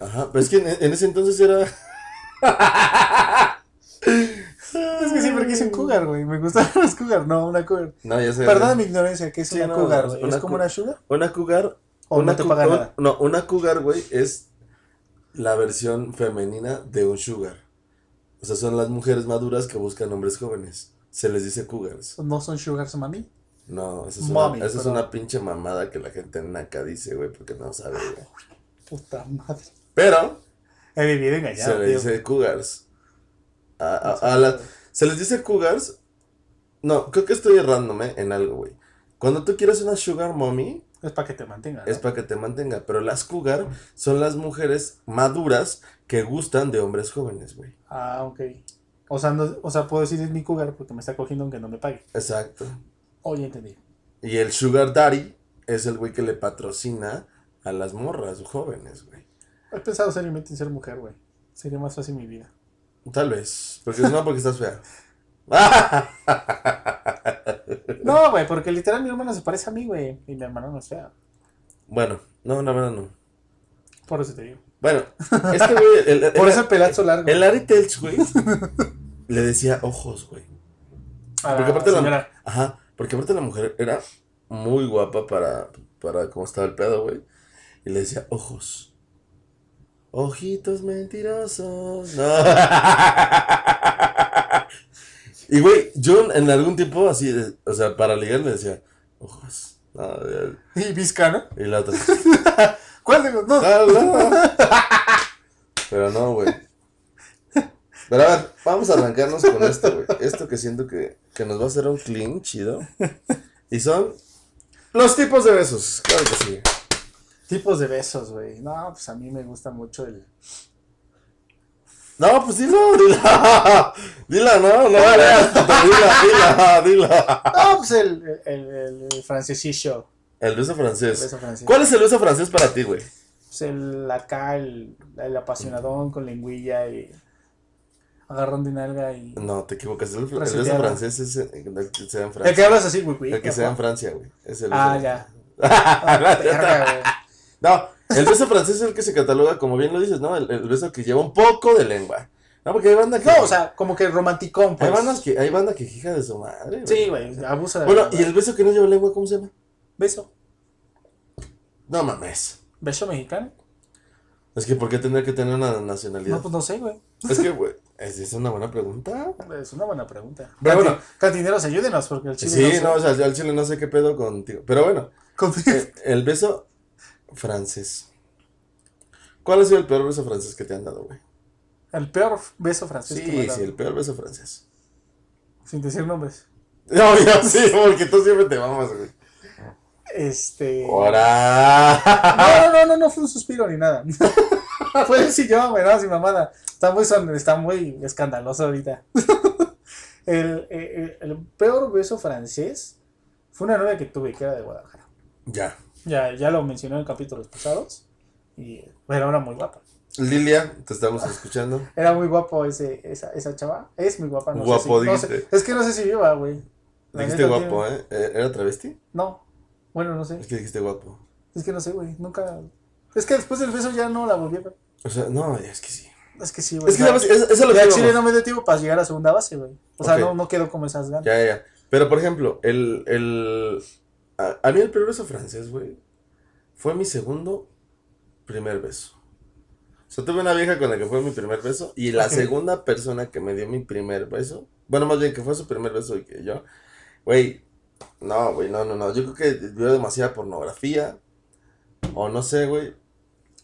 Ajá, pero es que en, en ese entonces era... Es que siempre quise un Mm. Cougar, güey. Me gustaban los Cougar, no, una Cougar. No, ya sé. Perdona mi ignorancia, ¿qué es Sí, una no, Cougar, es güey? una ¿Es como cou- una Sugar? Una cougar ¿O una no te cu- paga un- nada? No, una cougar, güey, es la versión femenina de un sugar. O sea, son las mujeres maduras que buscan hombres jóvenes. Se les dice cougars. No son Sugars, mami. No, esa es, Mami, una, esa es perdón. una pinche mamada que la gente naca dice, güey, porque no sabe, güey. Puta madre. Pero He vivido se engañado, les tío. dice cougars. A, a- a la- se les dice cougars. No, creo que estoy errándome en algo, güey. Cuando tú quieres una sugar mommy, Es para que te mantengan. ¿no? es para que te mantenga. Pero las cougar son las mujeres maduras que gustan de hombres jóvenes, güey. Ah, ok. O sea, no- o sea, puedo decir es mi cougar porque me está cogiendo aunque no me pague. Exacto. Oh, ya entendí. Y el sugar daddy es el güey que le patrocina a las morras jóvenes, güey. He pensado seriamente en ser mujer, güey. Sería más fácil mi vida. Tal vez. Porque no, porque estás fea. No, güey, porque literal mi hermano se parece a mí, güey. Y mi hermano no es fea. bueno, no, la verdad no. Por eso te digo. Bueno, este güey, el, el- Por ese pelazo largo. el Ari Telch, güey, le decía ojos, güey. A porque aparte la- Ah, señora. Ajá, porque aparte la mujer era muy guapa para, para cómo estaba el pedo, güey. Y le decía, ojos. Ojitos mentirosos. No. Y, güey, yo en algún tiempo así, de- o sea, para ligar le decía, ojos. No, ¿Y Vizcano? y la otra, ¿Cuál de los dos? "No, no". Pero no, güey. Pero a ver, vamos a arrancarnos con esto, güey. Esto que siento que, que nos va a hacer un clean chido. Y son los tipos de besos. Claro que sí. Tipos de besos, güey. No, pues a mí me gusta mucho el. No, pues dilo, dila. Dila, no, no veas. Dila, dila, dila. No, pues el, el, el, el francesillo. El beso El francés. beso francés. ¿Cuál es el beso francés para ti, güey? Pues el acá, el, el apasionadón con lengüilla y. Agarrón de nalga y. No, te equivocas. El, el beso Reseteado. francés es eh, el el que se da en El Francia. que hablas así, güey, güey. El que se da en Francia, güey. Es el Ah, beso ya. Ah, francés. Verga, güey. No, el beso francés es el que se cataloga, como bien lo dices, ¿no? El, el beso que lleva un poco de lengua. No, porque hay banda que. No, o sea, como que romanticón, Hay pues. bandas que, hay banda que jija de su madre. güey. Sí, pues. güey, abusa de Bueno, ¿y el beso que no lleva lengua, cómo se llama? beso? No mames. ¿Beso mexicano? Es que, ¿por qué tendría que tener una nacionalidad? No, pues no sé, güey. Es que, güey, es, es una buena pregunta. Es una buena pregunta. Pero bueno. Cantineros, ayúdenos, porque el chile sí, no, no o sé. sea, yo al chile no sé qué pedo contigo. Pero bueno, Con- eh, el beso francés. ¿Cuál ha sido el peor beso francés que te han dado, güey? El peor beso francés que me Sí, han dado, sí, el peor beso francés. Sin decir nombres. No, yo sí, porque tú siempre te mamas, güey. Este... ¡Hora! No, no, no, no fue un suspiro ni nada. fue el sillón, güey, no, sin mamada. Está muy, son- está muy escandaloso ahorita. el, el- el peor beso francés fue una novia que tuve, que era de Guadalajara. Ya. Ya, ya lo mencioné en capítulos pasados. Y, pero era muy guapa. Lilia, te estamos escuchando. Era muy guapo ese, esa, esa chava. Es muy guapa. No sé Guapo, si- no dijiste. sé- es que no sé si viva, güey. La Dijiste neta guapo, ¿eh? ¿Eh, ¿Era travesti? No. Bueno, no sé. Es que dijiste guapo. Es que no sé, güey. Nunca. Es que después del beso ya no la volví a ver. O sea, no, es que sí. Es que sí, güey. Es que O sea, ¿sabes? es, es a lo ya que Chile íbamos. no me dio tiempo para llegar a segunda base, güey. O sea, Ok. no, no quedó como esas ganas. Ya, ya, ya. Pero, por ejemplo, el... el... A, a mí el primer beso francés, güey, fue mi segundo primer beso. O sea, tuve una vieja con la que fue mi primer beso y la Ok. segunda persona que me dio mi primer beso, bueno, más bien que fue su primer beso y que yo, güey, no, güey, no, no, no, yo creo que vio demasiada pornografía o no sé, güey,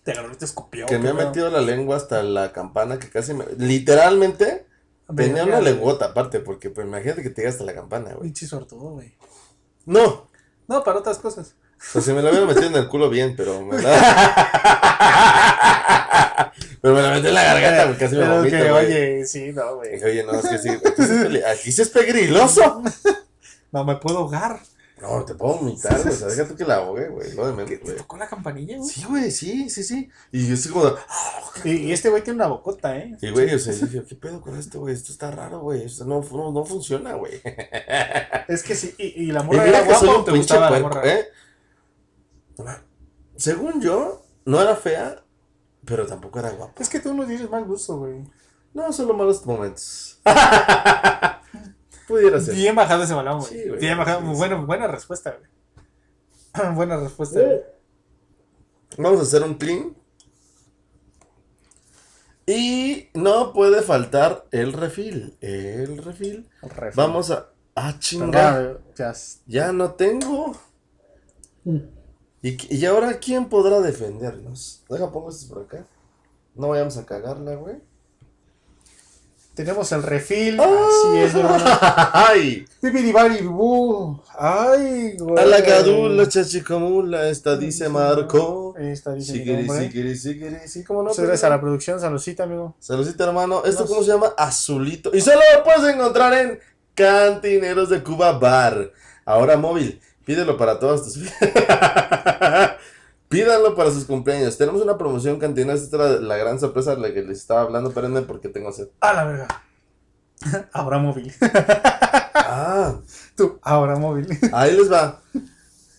Te agarró y te escupió. Que qué me ha pedo. metido la lengua hasta la campana que casi me... Literalmente Tenía una legota aparte, porque pues, imagínate que te llegaste a la campana, güey. Pinche sortudo, güey. No. No, para otras cosas. O sea, si me la hubiera metido en el culo bien, pero me la... pero me la metí en la garganta, güey, casi me Eh, Pero vomito, que, güey. oye, sí, no, güey. Dije, oye, no, es que sí. esto sí es peli- Aquí sí es pegriloso. No me puedo ahogar. No, te puedo vomitar, güey. O sea, deja tú que la ahogue, güey. Lo de ¿Qué, menos, ¿Te güey. tocó la campanilla, güey? Sí, güey, sí, sí, sí. Y yo estoy como. Y, y este güey tiene una bocota, ¿eh? Y, güey, o sea, yo dije, ¿qué pedo con esto, güey? Esto está raro, güey. Esto no, no, no funciona, güey. Es que sí, y, y la Y morra mira era que guapa soy o un te pinche gustaba la puerco, morra. ¿eh? Según yo, no era fea, pero tampoco era guapa. Es que tú no tienes mal gusto, güey. No, solo malos momentos. Pudiera ser. Bien bajado ese balón, güey. Sí, güey. Bien bajado. Sí, Muy sí. bueno, buena respuesta, güey. buena respuesta. güey. Vamos a hacer un clean. Y no puede faltar el refil. El refil. Vamos a. Ah, chinga. Perdón, güey, ya s- Ya no tengo. Mm. ¿Y, qué- y ahora quién podrá defendernos? Deja, pongo estos por acá. No vayamos a cagarla, güey. Tenemos el refil. Ah. Así es, güey. ¡Ay! Bibiribaribu. Ay, güey. A la cadula, chachicamula, esta dice Marco. Esta dice mi Siquiri, nombre. Pues, siquiri, siquiri, sí, cómo no. Muchas gracias a la producción, saludcita, amigo. Saludcita, hermano. ¿Esto Nos- cómo se llama? Azulito. Y solo lo puedes encontrar en Cantineros de Cuba Bar. Ahora móvil. Pídelo para todas tus. Pídalo para sus cumpleaños. Tenemos una promoción cantina. Esta era la gran sorpresa de la que les estaba hablando. Espérenme porque tengo sed. A la verga. Ahora móvil. Ah, Tú, ahora móvil. ahí les va.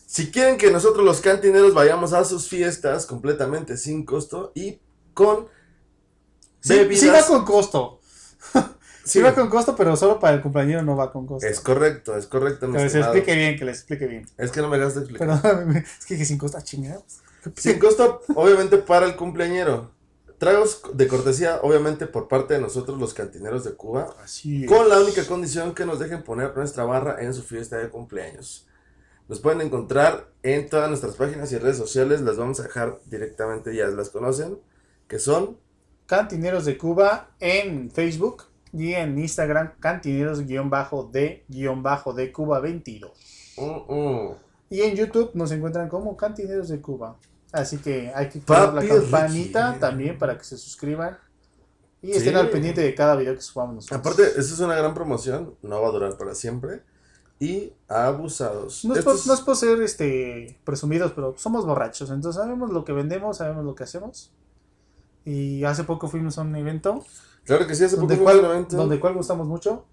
Si quieren que nosotros los cantineros vayamos a sus fiestas completamente sin costo y con Sí, sí va bebidas- con costo. Sí, Sí, va con costo, pero solo para el compañero no va con costo. Es correcto, es correcto. mi que les estimado. explique bien, que les explique bien. Es que no me gasto explicar. Perdón, es que dije sin costa chingados. Sin costo, obviamente, para el cumpleañero. Tragos de cortesía, obviamente, por parte de nosotros, los cantineros de Cuba. Así es. Con la única condición que nos dejen poner nuestra barra en su fiesta de cumpleaños. Nos pueden encontrar en todas nuestras páginas y redes sociales. Las vamos a dejar directamente, ya las conocen. Que son. Cantineros de Cuba en Facebook y en Instagram, cantineros-de-de Cuba 22. mm, mm. Y en YouTube nos encuentran como Cantineros de Cuba. Así que hay que Papi poner la campanita Ricky. también para que se suscriban y Sí. estén al pendiente de cada video que subamos nosotros. Aparte, esa es una gran promoción. No va a durar para siempre. Y abusados. no es, Esto por, es- no es por ser este, presumidos, pero somos borrachos. Entonces sabemos lo que vendemos, sabemos lo que hacemos. Y hace poco fuimos a un evento Claro que sí, hace poco donde fue un cual, evento. donde cual gustamos mucho.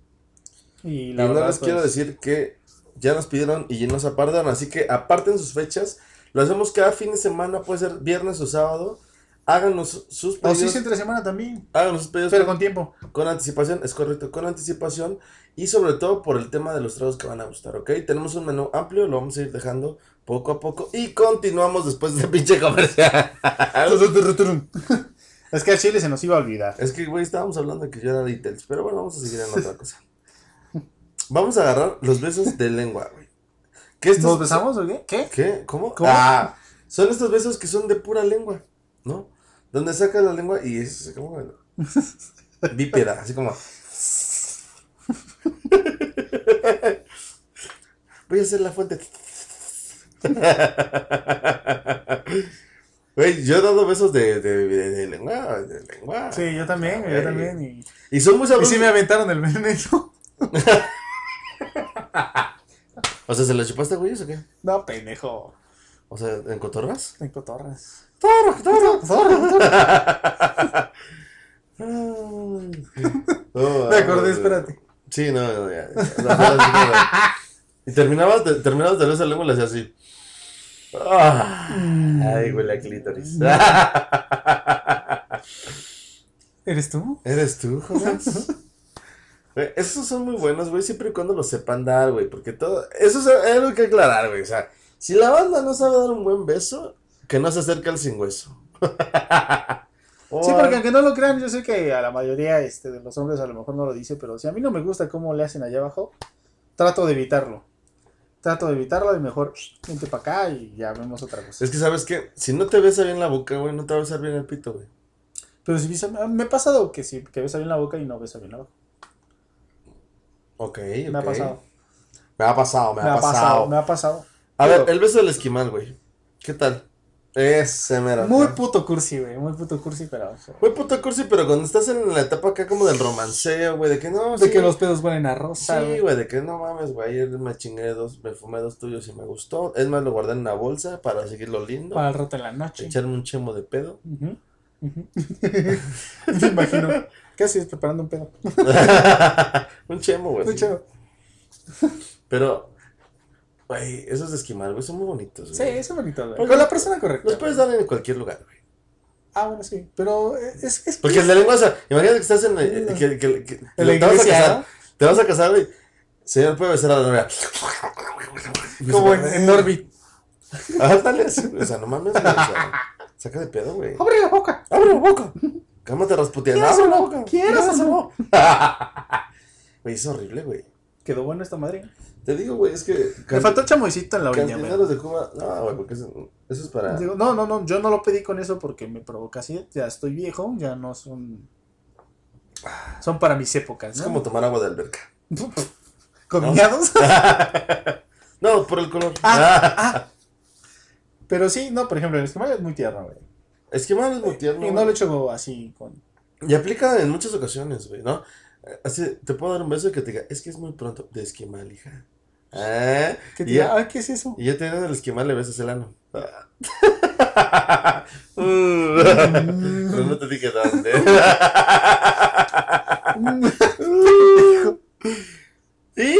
Y Y la no verdad, les quiero pues, decir que ya nos pidieron y nos apartan, así que aparten sus fechas. Lo hacemos cada fin de semana, puede ser viernes o sábado. Háganos sus O pedidos. Ah, sí, sí, entre semana también. Háganos sus pedidos Pero con, con tiempo. con anticipación, es correcto, con anticipación. Y sobre todo por el tema de los tragos que van a gustar, ¿ok? Tenemos un menú amplio, lo vamos a ir dejando poco a poco. Y continuamos después de pinche comercial. es que a Chile se nos iba a olvidar. Es que, güey, estábamos hablando de que yo era details, pero bueno, vamos a seguir en otra cosa. Vamos a agarrar los besos de lengua, güey. Que estos- ¿Nos besamos o qué? ¿Qué? ¿Qué? ¿Cómo? ¿Cómo? Ah, son estos besos que son de pura lengua, ¿no? Donde sacas la lengua y es como bípeda, así como. Voy a hacer la fuente. Güey, yo he dado besos de, de, de- de lengua, de lengua. Sí, yo también, yo Ah, güey. también. Y, Y son muy y sabrosos. sí me aventaron el veneno. O sea, ¿se los chupaste, güey, o qué? No, pendejo. O sea, ¿en cotorras? En cotorras. ¡Torras, torras! Me Me acordé, espérate. Sí, no, no, ya. ya, la verdad sí, no, ya. Y terminabas de, terminabas de ver esa lengua y le hacías así. Ah, ay, güey, la clítoris. ¿Eres tú? ¿Eres tú, Jonas? Güey, Esos son muy buenos, güey, siempre y cuando los sepan dar, güey, porque todo... Eso es algo que aclarar, güey, o sea, si la banda no sabe dar un buen beso, que no se acerque al sin hueso. Sí, porque aunque no lo crean, yo sé que a la mayoría este, de los hombres a lo mejor no lo dice, pero si a mí no me gusta cómo le hacen allá abajo, trato de evitarlo. Trato de evitarlo y mejor vente para acá y ya vemos otra cosa. Es que, ¿sabes qué? Si no te besa bien la boca, güey, no te va a besar bien el pito, güey. Pero si besa- me ha pasado que sí, que besa bien la boca y no besa bien la boca. Ok, ok. Me ha pasado. Me ha pasado, me, Me ha pasado, me ha pasado. A Pero- ver, el beso del esquimal, güey. ¿Qué tal? Ese mero. Muy ¿no? puto cursi, güey. Muy puto cursi, pero. Muy puto cursi, pero cuando estás en la etapa acá como del romanceo, güey, de que no, De sí, que los pedos huelen a rosa, Sí, güey. güey, de que no mames, güey, ayer me chingué dos, me fumé dos tuyos y me gustó. Es más, lo guardé en una bolsa para seguirlo lindo, Para el rato de la noche. echarme un chemo de pedo. Ujú, ujú. Me imagino. ¿Qué haces preparando un pedo? un chemo, güey. Pues sí. Mucho. Pero, güey, esos de esquimal, güey, son muy bonitos, Sí, güey. es bonito, güey. Porque- Con la persona correcta. Los puedes dar en cualquier lugar, güey. Ah, bueno, sí. Pero es, es Porque el de lengua, o sea, imagínate que estás en. eh, que, que- que- de la te vas a iglesia, casar. Te vas a casar, güey. Señor, puede besar a la novia. pues ¿no? Como en, en Orbit. Ándale, así, Ah, güey, o sea, no mames, güey, o sea, saca de pedo, güey. ¡Abre la boca! Abre la boca. Cálmate, Rasputin. ¿Quieres Abre o la no? boca. ¿Quieres ¿Quieres o o no? Güey, es horrible, güey. Quedó bueno esta madre. Te digo, güey, es que. Me faltó el chamoycito en la orilla, güey. Cantineros de Cuba. No, güey, porque eso, eso es para. Digo, no, no, no, yo no lo pedí con eso porque me provoca así. Ya estoy viejo, ya no son. Son para mis épocas, Es ¿no? como tomar agua de alberca. ¿Con ¿No? miados? No, por el color. Ah, ah. Pero sí, no, por ejemplo, el esquimal es muy tierno, güey. Es que mal es muy tierno. Y no güey. lo echo así con. Y aplica en muchas ocasiones, güey, ¿no? Eh, Así, te puedo dar un beso que te diga, es que es muy pronto, de esquimal, hija. Ah, ¿Qué, te- y, ya, ah, ¿qué es eso? y ya teniendo el esquimal le besas el ano. Ah. Pero no te dije dónde. y...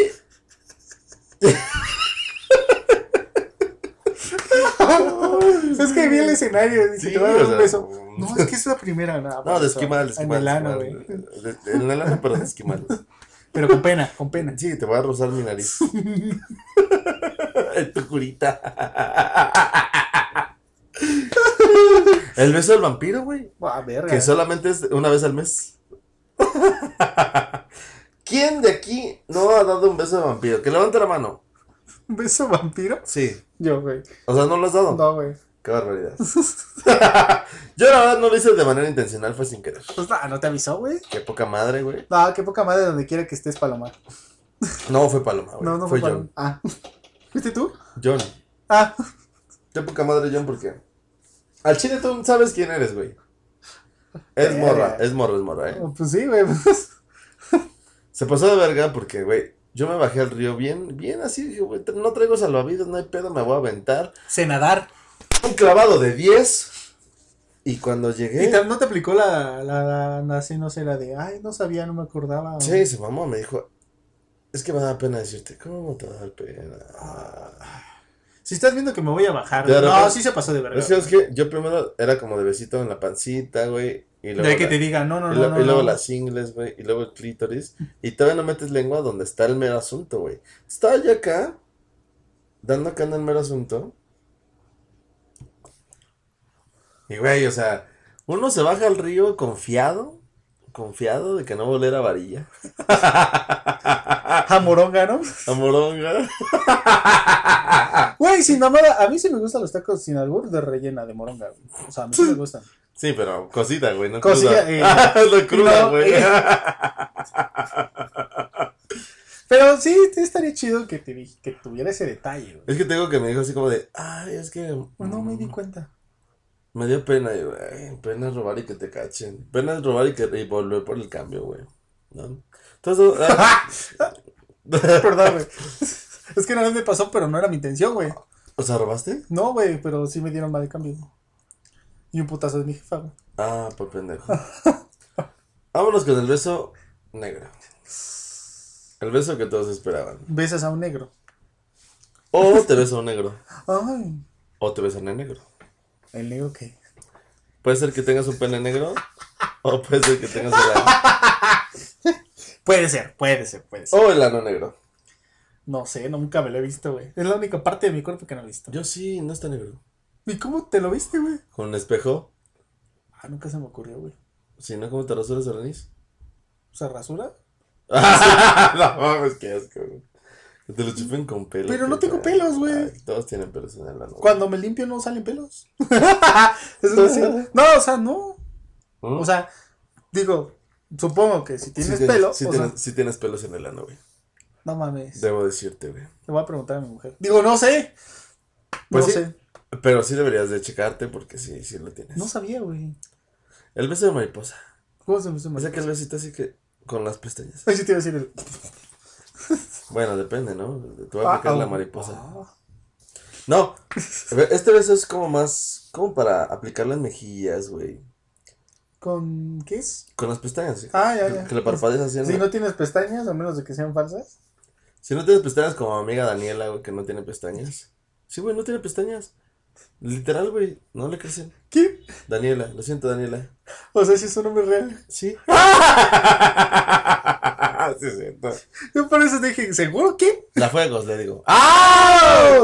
es que vi el escenario y Sí, te voy a dar o un sea, beso. No, es que es la primera, nada. No, más, de o sea, esquimal, de esquimal. En el de ano, esquimal. güey. De- de- En el ano, pero de esquimal. Pero con pena, con pena. Sí, te voy a rozar mi nariz. En tu curita. El beso del vampiro, güey. Ah, verga. Que solamente es una vez al mes. ¿Quién de aquí no ha dado un beso de vampiro? Que levante la mano. ¿Un beso vampiro? Sí. Yo, güey. O sea, ¿no lo has dado? No, güey. Qué barbaridad. Yo la verdad no lo hice de manera intencional, fue sin querer. Pues nada, no te avisó, güey. Qué poca madre, güey. No, qué poca madre donde quiera que estés, Palomar. No fue Paloma, güey. No, no fue, fue Palomar. John. Ah. ¿Viste tú? John. Ah. Qué poca madre, John, porque. Al chile tú sabes quién eres, güey. Es Eh. morra, es morra, es morra, eh. Pues sí, güey. pues. Se pasó de verga porque, güey, yo me bajé al río bien, bien así, dije, güey, no traigo salvavidas, no hay pedo, me voy a aventar. Sé nadar. Un clavado de 10. Y cuando llegué. ¿Y tam- no te aplicó la, la, la, la- así, no sé, la de, ay, no sabía, no me acordaba? o- Sí, se mamó, me dijo. Es que me da pena decirte, ¿cómo te va a dar pena? Si estás viendo que me voy a bajar. Ya, no, no, no. sí se pasó de verga. Es que, es que yo primero era como de besito en la pancita, güey. Y luego, de que la- te diga, no, no, y no. lo- no, y luego no. las ingles, güey. Y luego el clítoris. Y todavía no metes lengua donde está el mero asunto, güey. Estaba yo acá, dando acá en el mero asunto. Y, güey, o sea, uno se baja al río confiado, confiado de que no va a oler a varilla. A moronga, ¿no? A moronga. Güey, sin mamada, a mí sí me gustan los tacos sin albur de rellena de moronga. güey. O sea, a mí sí me gustan. Sí, pero cosita, güey, no Cosita, cruda. eh, no cruda, no, güey. eh. Pero sí, sí estaría chido que, te, di- que tuviera ese detalle, güey. Es que tengo que me dijo así como de, ay, es que... Pues No me di mm, cuenta. Me dio pena, y, güey, pena es robar y que te cachen. Pena es robar y, que, y volver por el cambio, güey. ¿No? Entonces, ah, Perdón, Ah, güey. Es que una vez me pasó, pero no era mi intención, güey. o sea, ¿robaste? No, güey, pero sí me dieron mal de cambio. Y un putazo de mi jefa, güey. Ah, por pendejo. Vámonos con el beso negro. El beso que todos esperaban. Besas a un negro. O te besa un negro. Ay, O te besan el negro. el negro que. Puede ser que tengas un pene negro. O puede ser que tengas el ano. Puede ser, puede ser, puede ser. O el ano negro. No sé, nunca me lo he visto, güey. Es la única parte de mi cuerpo que no he visto. Yo sí, no está negro. ¿Y cómo te lo viste, güey? Con un espejo. Ah, nunca se me ocurrió, güey. Si no, ¿cómo te rasuras el anís? ¿Se rasura? Ah, no mames, qué asco, güey. Que Te lo chupen con pelo. Pero no qué tengo feo. pelos, güey. Ay, Todos tienen pelos en el ano. güey. Cuando me limpio no salen pelos. Eso es decir, no, o sea, no. ¿Mm? O sea, digo, supongo que si Sí tienes tienes- pelo, sí o tienes, sí tienes pelos en el ano, güey. sea, No mames. Debo decirte, güey. Le voy a preguntar a mi mujer. Digo, no sé. Pues no sí. sé. Pero sí deberías de checarte porque sí, sí lo tienes. No sabía, güey. El beso de mariposa. ¿Cómo se me hace O mal? sea que el besito así que con las pestañas. Ay, sí te iba a decir el. Bueno, depende, ¿no? Te voy a aplicar Ah, la ah, mariposa. ah. No. Este beso es como más, como para aplicar las mejillas, güey. ¿Con qué es? Con las pestañas, ¿sí? Ah, ya, Que- ya. Que le parpadeas así. Si ¿no? no tienes pestañas, a menos de que sean falsas. Si no tienes pestañas como mi amiga Daniela, güey, que no tiene pestañas. Sí, güey, no tiene pestañas. Literal, güey, no le crecen. ¿Qué? Daniela, lo siento, Daniela. O sea, si es un nombre real. Sí. sí, es cierto. Yo por eso dije, ¿seguro qué? La Fuegos, le digo. ¡Ah!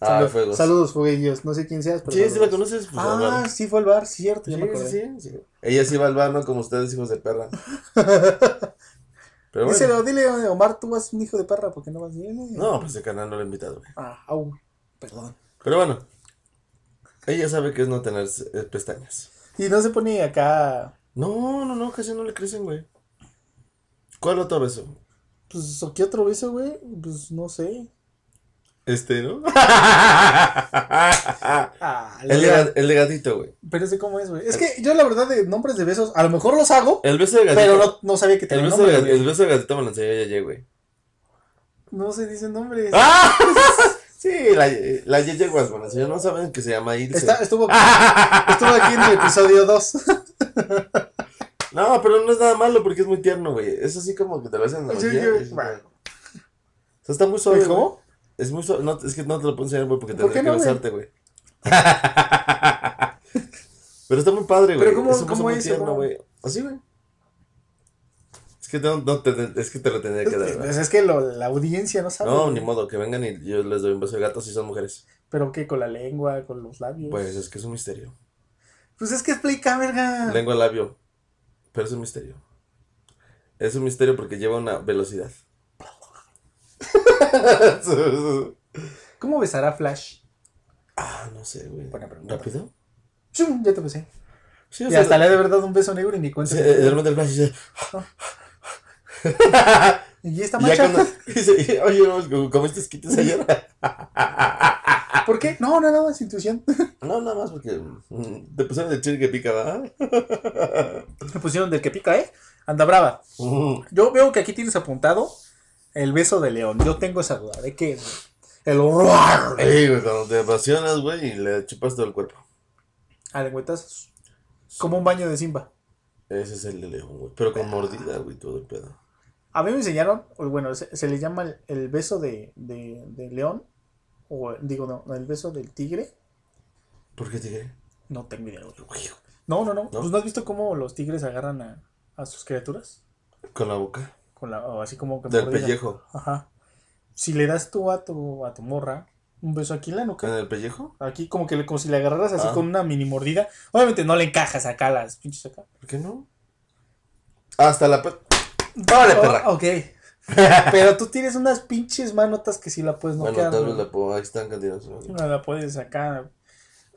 Ah, Saludos- Fuegos. Saludos, fueguillos. No sé quién seas, pero. Sí, sí la saludos. conoces. Pues, al Ah, bar. sí, fue al bar, cierto. sí, ya me acordé. sí, sí, sí. Ella sí va al bar, ¿no? Como ustedes, hijos de perra. Pero bueno. Díselo, dile, Omar, tú vas un hijo de perra porque no vas bien. No, pues el canal no lo he invitado, güey. Ah, au, perdón. Pero bueno. Ella sabe que es no tener eh, pestañas. Y no se pone acá, No, no, no, casi no le crecen, güey. ¿Cuál otro beso? pues, ¿o ¿qué otro beso, güey? Pues no sé. Este, ¿no? Ah, el, de, la- ga- el de gatito, güey. Pero sé cómo es, güey. Es que yo, la verdad, de nombres de besos, a lo mejor los hago, El beso de gatito. pero no, no sabía que el, tenía beso de, nombre. ga- güey. el beso de gatito me lo enseñó Yeye, güey. No se dicen nombres. ¡Ah! Sí, la, la Yeye Guasman, si no saben que se llama Ilse. Está- estuvo, estuvo aquí en el episodio 2. No, pero no es nada malo porque es muy tierno, güey. Es así como que te lo hacen en la Sí, mejilla, yo- güey. O sea, está muy suave, güey. ¿Cómo? Es muy suave. No, es que no te lo puedo enseñar, güey, porque ¿Por tendría qué que no, güey? besarte, güey. Pero está muy padre, güey. Pero ¿cómo- es un beso cómo muy es, tierno, cómo? güey. Así, güey. Es que, no, no te, es que te lo tendría que dar, güey. Pues es que lo- la audiencia no sabe. No, güey. ni modo, que vengan y yo les doy un beso de gato si son mujeres. Pero que con la lengua, con los labios. Pues es que es un misterio. Pues es que explica, verga. Lengua al labio. Pero es un misterio. Es un misterio porque lleva una velocidad. ¿Cómo besará Flash? ah, no sé, güey. Buena pregunta. pues. ¿Rápido? ¡Chum! Ya te besé. Sí, o Y sea, hasta le he de verdad un beso negro y ni cuenta. sí, eh, de repente el flash dice, Y esta Y ya mancha. cuando- dice, oye, no, como- como estos quites ayer. ¿Por qué? No, no, no, es intuición. No, nada más porque mm, te pusieron el chile que pica, ¿verdad? Me pusieron del que pica, ¿eh? Anda brava. Mm. Yo veo que aquí tienes apuntado el beso de león. Yo tengo esa duda. ¿De qué? es, güey? El roar. Ey, güey, cuando te apasionas, güey, y le chupas todo el cuerpo. A lengüetazos. Ah, Como un baño de Simba. Ese es el de león, güey. Pero con mordida, güey, todo el pedo. A mí me enseñaron, o bueno, se, se le llama el, el beso de, de- de león. O digo, no, el beso del tigre. ¿Por qué tigre? No tengo idea, güey. Güey, No, no, no. ¿No? Pues no has visto cómo los tigres agarran a, a sus criaturas. Con la boca. Con la, o así como que Del mordida. pellejo. Ajá. Si le das tú a tu, a tu morra un beso aquí en la ¿En nuca, el pellejo? aquí como que le- como si le agarraras así Ah. con una mini mordida, obviamente no le encajas acá las pinches acá. ¿Por qué no? Hasta la. pe- ¡Órale, Oh, perra! ok. Pero tú tienes unas pinches manotas que si la puedes Bueno, noquear. tal vez ¿no? la puedo. Ahí están candidatos. güey. No la puedes sacar.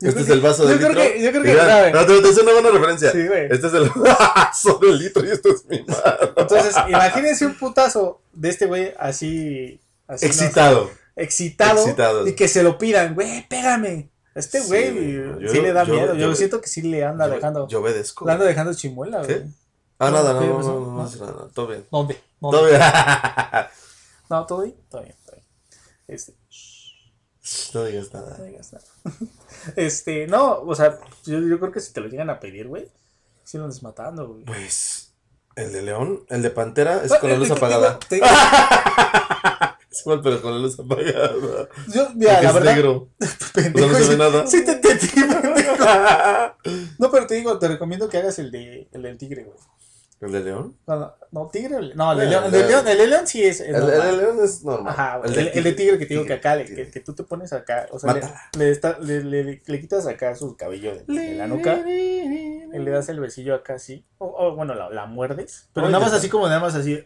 Yo creo Este es que- el vaso de yo creo litro. que- yo creo que Y vean, sabe. No, te- te es una buena referencia. Sí, güey. Este es el vaso del litro y esto es mi mano. Entonces, imagínense un putazo de este güey así. así ¿no? Excitado. excitado, Excitado. y que se lo pidan, güey, pégame. Este Sí, güey güey, no, sí, yo- le da yo- miedo. Yo, yo- siento que sí le anda Yo- dejando. Yo obedezco. le anda dejando chimuela, ¿Qué? güey. Ah, nada, no, ¿Qué no, no, pasó? no, no, ¿No? sí, nada, nada, todo bien. ¿Dónde? ¿Dónde? Todo bien. No, todo bien, todo bien, todo bien. Este, No digas no nada. digas nada. Este, no, o sea, yo, yo creo que si te lo llegan a pedir, güey, sí lo andas matando, güey. Pues, el de león, el de pantera es Ah, con la eh, luz eh, apagada. te digo- Es igual, pero con la luz apagada. te- yo, mira, la Porque es verdad, negro. pendejo, no se ve sí- nada. Sí, te entendí, pendejo. No, pero te digo, te recomiendo que hagas el de el del tigre, güey. ¿El de león? No, no, no, tigre, o le- no, el de Eh, león, el de eh. león, el de león sí es. es El, el normal. de león es normal. Ajá, el, el de tigre que te digo que acá, le- que, que tú te pones acá, o sea, le, Mátala. le está- le- le- le quitas acá su cabello de, de la nuca y le das el besillo acá así, o, o, bueno, la, la muerdes, pero Oye, nada más ya. así como nada más así,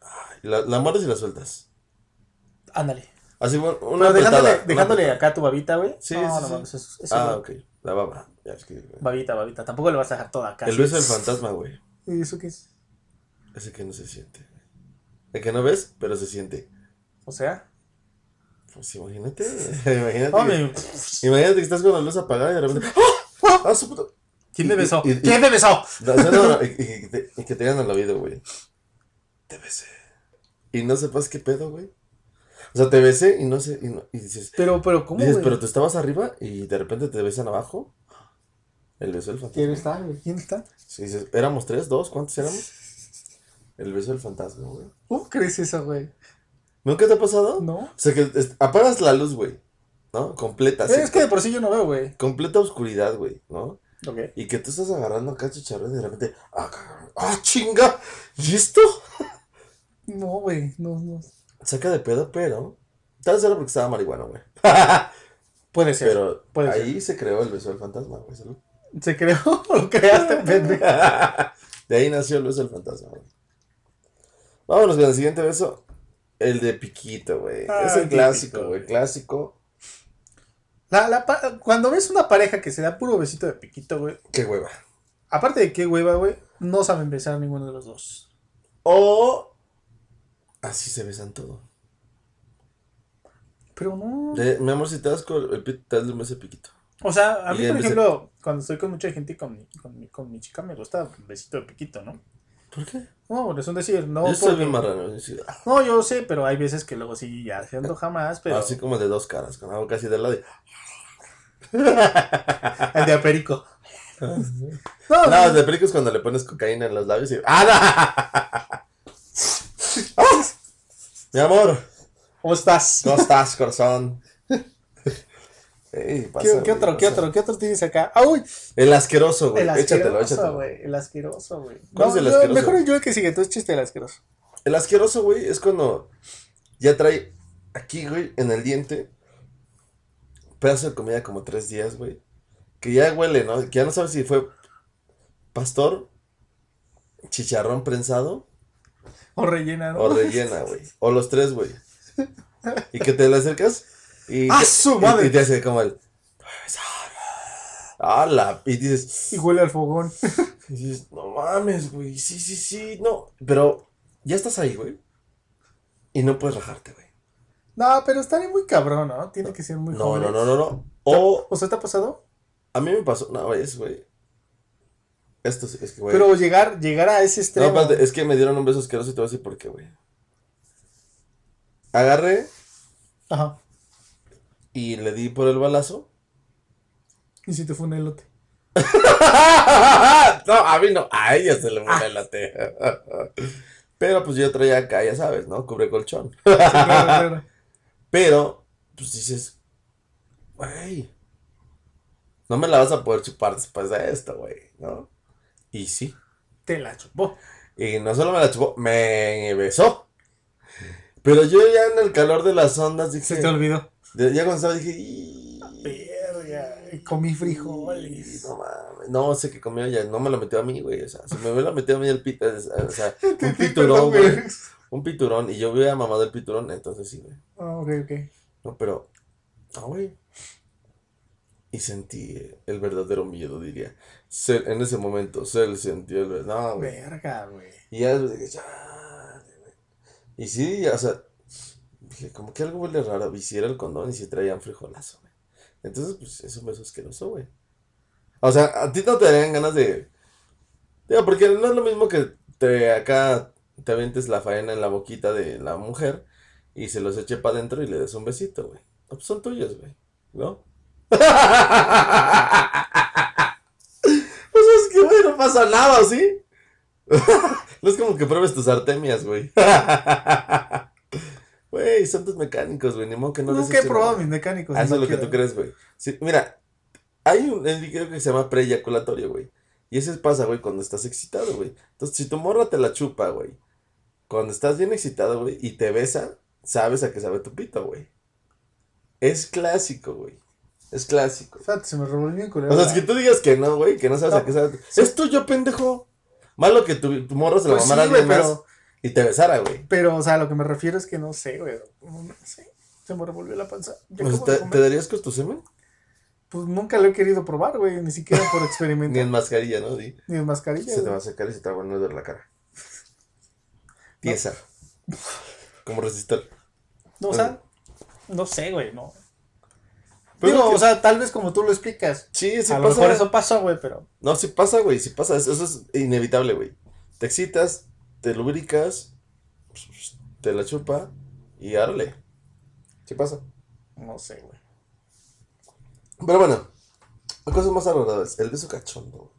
La, la muerdes y la sueltas. ándale, Así, bueno, una pero dejándole, apretada, una dejándole apretada. acá tu babita, güey, Sí, no, sí, no sí. mames, eso, eso Ah, no. ok. La baba. Ya, es que- babita, babita, tampoco le vas a dejar toda acá, El así. beso del fantasma, güey. ¿Y eso qué es? Ese que no se siente. De que no ves, pero se siente. O sea, Pues imagínate. imagínate. hombre, que- Imagínate que estás con la luz apagada y de repente. ¡Ah! ¡Ah, su puta! ¿quién me Y- besó? y- y- ¿Quién me besó? No, o sea, no, no, y, y- y te- y que te digan al oído, güey. Te besé. Y no sepas qué pedo, güey. O sea, te besé y no sé. Y, no- y dices, Pero, pero, ¿cómo? dices güey? pero tú estabas arriba y de repente te besan abajo. El beso del ¿Quién fantasma. está? güey? ¿Quién está? Sí, dices, éramos tres, dos, ¿cuántos éramos? El beso del fantasma, güey. ¿Cómo crees eso, güey? ¿Nunca te ha pasado? ¿No? O sea, que es- apagas la luz, güey. ¿No? Completa. así, Es que de por sí yo no veo, güey. Completa oscuridad, güey. ¿No? Ok. Y que tú estás agarrando acá chicharrón y de repente. ¡Ah, cabrón! ¡Ah, chinga! ¿Y esto? No, güey, no, no. Saca de pedo, pero. Tal vez era porque estaba marihuano, güey. Puede ser. Pero puede ahí se creó el beso del fantasma, güey. salud. Se creó, lo creaste, pendejo. De ahí nació el beso del fantasma, güey. Vámonos con el siguiente beso. El de Piquito, güey. Ah, es el el clásico, típico, güey. güey. Clásico. La, la pa- cuando ves una pareja que se da puro besito de piquito, güey. Qué hueva. Aparte de qué hueva, güey, no saben besar ninguno de los dos. O. Así se besan todo. Pero no. De- mi amor, si te das con el pito, te das un beso de Piquito. O sea, a Y mí, en por vez de- ejemplo, cuando estoy con mucha gente y con mi, con mi, con mi chica, me gusta un besito de piquito, ¿no? ¿Por qué? No, es un decir, no. Yo soy porque- bien marrano. yo sí. No, yo sé, pero hay veces que luego sí, ya se antoja más, pero. Así como de dos caras, con algo casi de lado. y- El de aperico. No, No, no, el de perico es cuando le pones cocaína en los labios y. ¡Ah, no! ¡Ah! Mi amor, ¿Cómo estás? ¿cómo estás, corazón? Ey, ¿Qué, pasa, qué güey, otro, qué pasa. otro, qué otro tienes acá? Ah, uy, El asqueroso, güey. el Échatelo, asqueroso, échatelo. güey. El asqueroso, güey. ¿Cuál es el yo- asqueroso? Mejor yo el que sigue, tú chiste el asqueroso. El asqueroso, güey, es cuando ya trae aquí, güey, en el diente, pedazo de comida como tres días, güey. Que ya huele, ¿no? Que ya no sabes si fue pastor, chicharrón prensado O rellena, ¿no? o rellena, güey. O los tres, güey. Y que te le acercas y, ¡Ah, su y- madre! y te hace como el... ¡Hala! Y dices, Y huele al fogón. y dices, no mames, güey, sí, sí, sí, no. Pero ya estás ahí, güey. Y no puedes rajarte, güey. No, pero estaría muy cabrón, ¿no? Tiene que ser muy No, joven. no, no, no, no. O ¿O sea, te ha pasado? a mí me pasó una vez, güey. Esto sí, es que, güey. Pero llegar, llegar a ese no, extremo. espérate, es que me dieron un beso asqueroso y te voy a decir por qué, güey. Agarré Ajá. y le di por el balazo. Y si te fue un elote. no, a mí no. A ella se le fue la T. Pero pues yo traía acá, ya sabes, ¿no? Cubre colchón. Sí, claro, claro. Pero, pues dices, güey, no me la vas a poder chupar después de esto, güey, ¿no? Y sí. Te la chupó. Y no solo me la chupó, me besó. Pero yo ya en el calor de las ondas dije, Se te olvidó. de- ya cuando estaba dije, "Y- Verga, comí y- frijoles. No mames, no sé qué comió ella, no me la metió a mí, güey, o sea, si me hubiera metido a mí el pito, o sea, un piturón, güey, un piturón, y yo hubiera mamado el piturón, entonces sí, güey. Ah, ok, ok. No, pero. Ah, güey. Y sentí el verdadero miedo, diría. Cel- en ese momento, Cell sintió el verdadero. No, güey. Verga, güey. Y ya después dije, "Chale, güey". Y sí, o sea. Dije, como que algo huele raro. Y si era el condón y si traían frijolazo, güey. Entonces, pues es un beso asqueroso, güey. O sea, a ti no te darían ganas de. Digo, porque no es lo mismo que te acá te avientes la faena en la boquita de la mujer y se los eche para adentro y le des un besito, güey. No, pues son tuyos, güey. ¿No? pues es que, güey, no pasa nada, ¿sí? no es como que pruebes tus artemias, güey. Güey, son tus mecánicos, güey. Ni modo que no les Nunca he echen probado nada. mis mecánicos. Ah, eso no es lo que tú quiero. crees, güey. Sí, mira, hay un indicador que se llama preyaculatorio, güey. Y eso pasa, güey, cuando estás excitado, güey. Entonces, si tu morra te la chupa, güey. Cuando estás bien excitado, güey, y te besa, sabes a qué sabe tu pito, güey. Es clásico, güey. Es clásico. Espérate, se me revolvió el culero. O sea, si tú digas que no, güey, que no sabes a qué sabe. tu- Es tuyo, pendejo. Malo que tu, tu morra se la Pues sí, mamara a alguien güey, más pero- y te besara, güey. Pero, o sea, lo que me refiero es que no sé, güey. No, no sé. Se me revolvió la panza. Ya O sea, acabo de ¿te, comer. te darías con tu semen? Pues nunca lo he querido probar, güey. Ni siquiera por Ni experimentar. en mascarilla, ¿no? Di. ni en mascarilla. Se te güey. va a sacar y se te va a poner la cara. Tiesa. Como resistor. No, o sea, no sé, güey, no. Pero Digo, que- o sea, tal vez como tú lo explicas. Sí, sí a lo pasa. mejor eso pasó, güey, pero. No, sí pasa, güey, sí pasa. Eso, eso es inevitable, güey. Te excitas, te lubricas, te la chupa y árale. Sí pasa. No sé, güey. Pero bueno, cosas más agradables. El beso cachondo. güey.